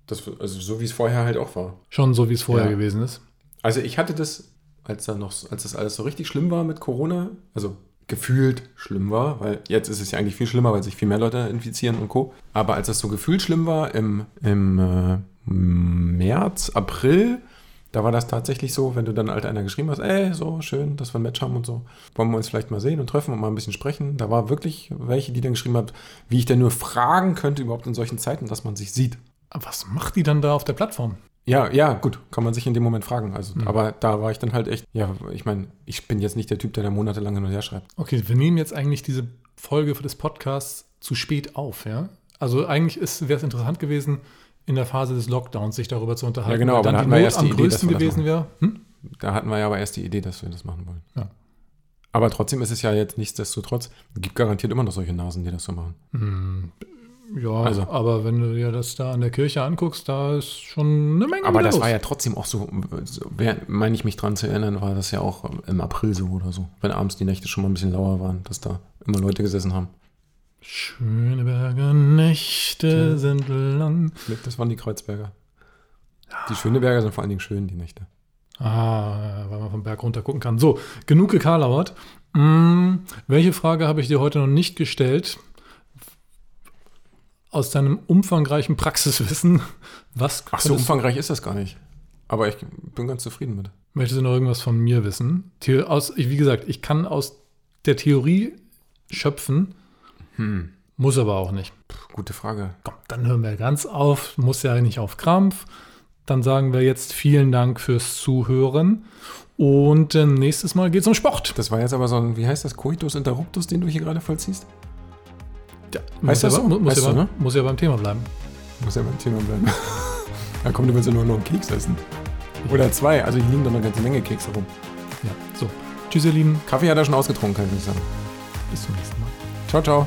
Speaker 2: Das, also so wie es vorher halt auch war.
Speaker 1: Schon so, wie es vorher
Speaker 2: Ja.
Speaker 1: gewesen ist.
Speaker 2: Also ich hatte das, als da noch, als das alles so richtig schlimm war mit Corona, also gefühlt schlimm war, weil jetzt ist es ja eigentlich viel schlimmer, weil sich viel mehr Leute infizieren und Co. Aber als das so gefühlt schlimm war im, im äh, März, April, da war das tatsächlich so, wenn du dann halt einer geschrieben hast, ey, so schön, dass wir ein Match haben und so, wollen wir uns vielleicht mal sehen und treffen und mal ein bisschen sprechen. Da war wirklich welche, die dann geschrieben haben, wie ich denn nur fragen könnte überhaupt in solchen Zeiten, dass man sich sieht.
Speaker 1: Aber was macht die dann da auf der Plattform?
Speaker 2: Ja, ja, gut, kann man sich in dem Moment fragen. Also, aber da war ich dann halt echt, ja, ich meine, ich bin jetzt nicht der Typ, der da monatelang hin und her schreibt.
Speaker 1: Okay, wir nehmen jetzt eigentlich diese Folge des Podcasts zu spät auf, ja? Also eigentlich wäre es interessant gewesen, in der Phase des Lockdowns sich darüber zu unterhalten.
Speaker 2: Ja, genau,
Speaker 1: weil
Speaker 2: aber dann
Speaker 1: dann
Speaker 2: hatten
Speaker 1: die
Speaker 2: wir
Speaker 1: Not
Speaker 2: erst
Speaker 1: am
Speaker 2: die Idee,
Speaker 1: größten
Speaker 2: dass wir das
Speaker 1: gewesen wäre. Hm?
Speaker 2: Da hatten wir ja aber erst die Idee, dass wir das machen wollen.
Speaker 1: Ja.
Speaker 2: Aber trotzdem ist es ja jetzt nichtsdestotrotz, gibt garantiert immer noch solche Nasen, die das so machen.
Speaker 1: Hm? Ja,
Speaker 2: Also.
Speaker 1: aber wenn du dir das da an der Kirche anguckst, da ist schon eine Menge
Speaker 2: Aber
Speaker 1: los.
Speaker 2: das war ja trotzdem auch so, so wer- meine ich mich dran zu erinnern, war das ja auch ähm, im April so oder so, wenn abends die Nächte schon mal ein bisschen lauer waren, dass da immer Leute gesessen haben.
Speaker 1: Schöneberger Nächte sind lang.
Speaker 2: Das waren die Kreuzberger. Die Schöneberger sind vor allen Dingen schön, die Nächte.
Speaker 1: Ah, weil man vom Berg runter gucken kann. So, genug gekalauert. Hm, welche Frage habe ich dir heute noch nicht gestellt? Aus deinem umfangreichen Praxiswissen, was
Speaker 2: Ach, so
Speaker 1: könntest-
Speaker 2: umfangreich ist das gar nicht. Aber ich bin ganz zufrieden mit.
Speaker 1: möchtest du noch irgendwas von mir wissen? The aus, ich- wie gesagt, ich kann aus der Theorie schöpfen, muss aber auch nicht.
Speaker 2: Puh, Hm, gute Frage.
Speaker 1: Komm, dann hören wir ganz auf, muss ja nicht auf Krampf. Dann sagen wir jetzt vielen Dank fürs Zuhören und äh, nächstes Mal geht es um Sport.
Speaker 2: Das war jetzt aber so ein, wie heißt das, Coitus Interruptus, den du hier gerade vollziehst?
Speaker 1: Ja,
Speaker 2: Heißt
Speaker 1: muss, ja,
Speaker 2: das so?
Speaker 1: mu- muss,
Speaker 2: Heißt
Speaker 1: ja,
Speaker 2: so,
Speaker 1: beim-
Speaker 2: ne?
Speaker 1: muss ja beim Thema bleiben.
Speaker 2: Muss ja beim Thema bleiben. da kommt, du willst ja nur noch einen Keks essen. Oder zwei, also hier liegen doch eine ganze Menge Kekse rum.
Speaker 1: Ja, so. Tschüss, ihr Lieben.
Speaker 2: Kaffee hat er schon ausgetrunken, kann ich sagen.
Speaker 1: Bis zum nächsten Mal.
Speaker 2: Ciao, ciao.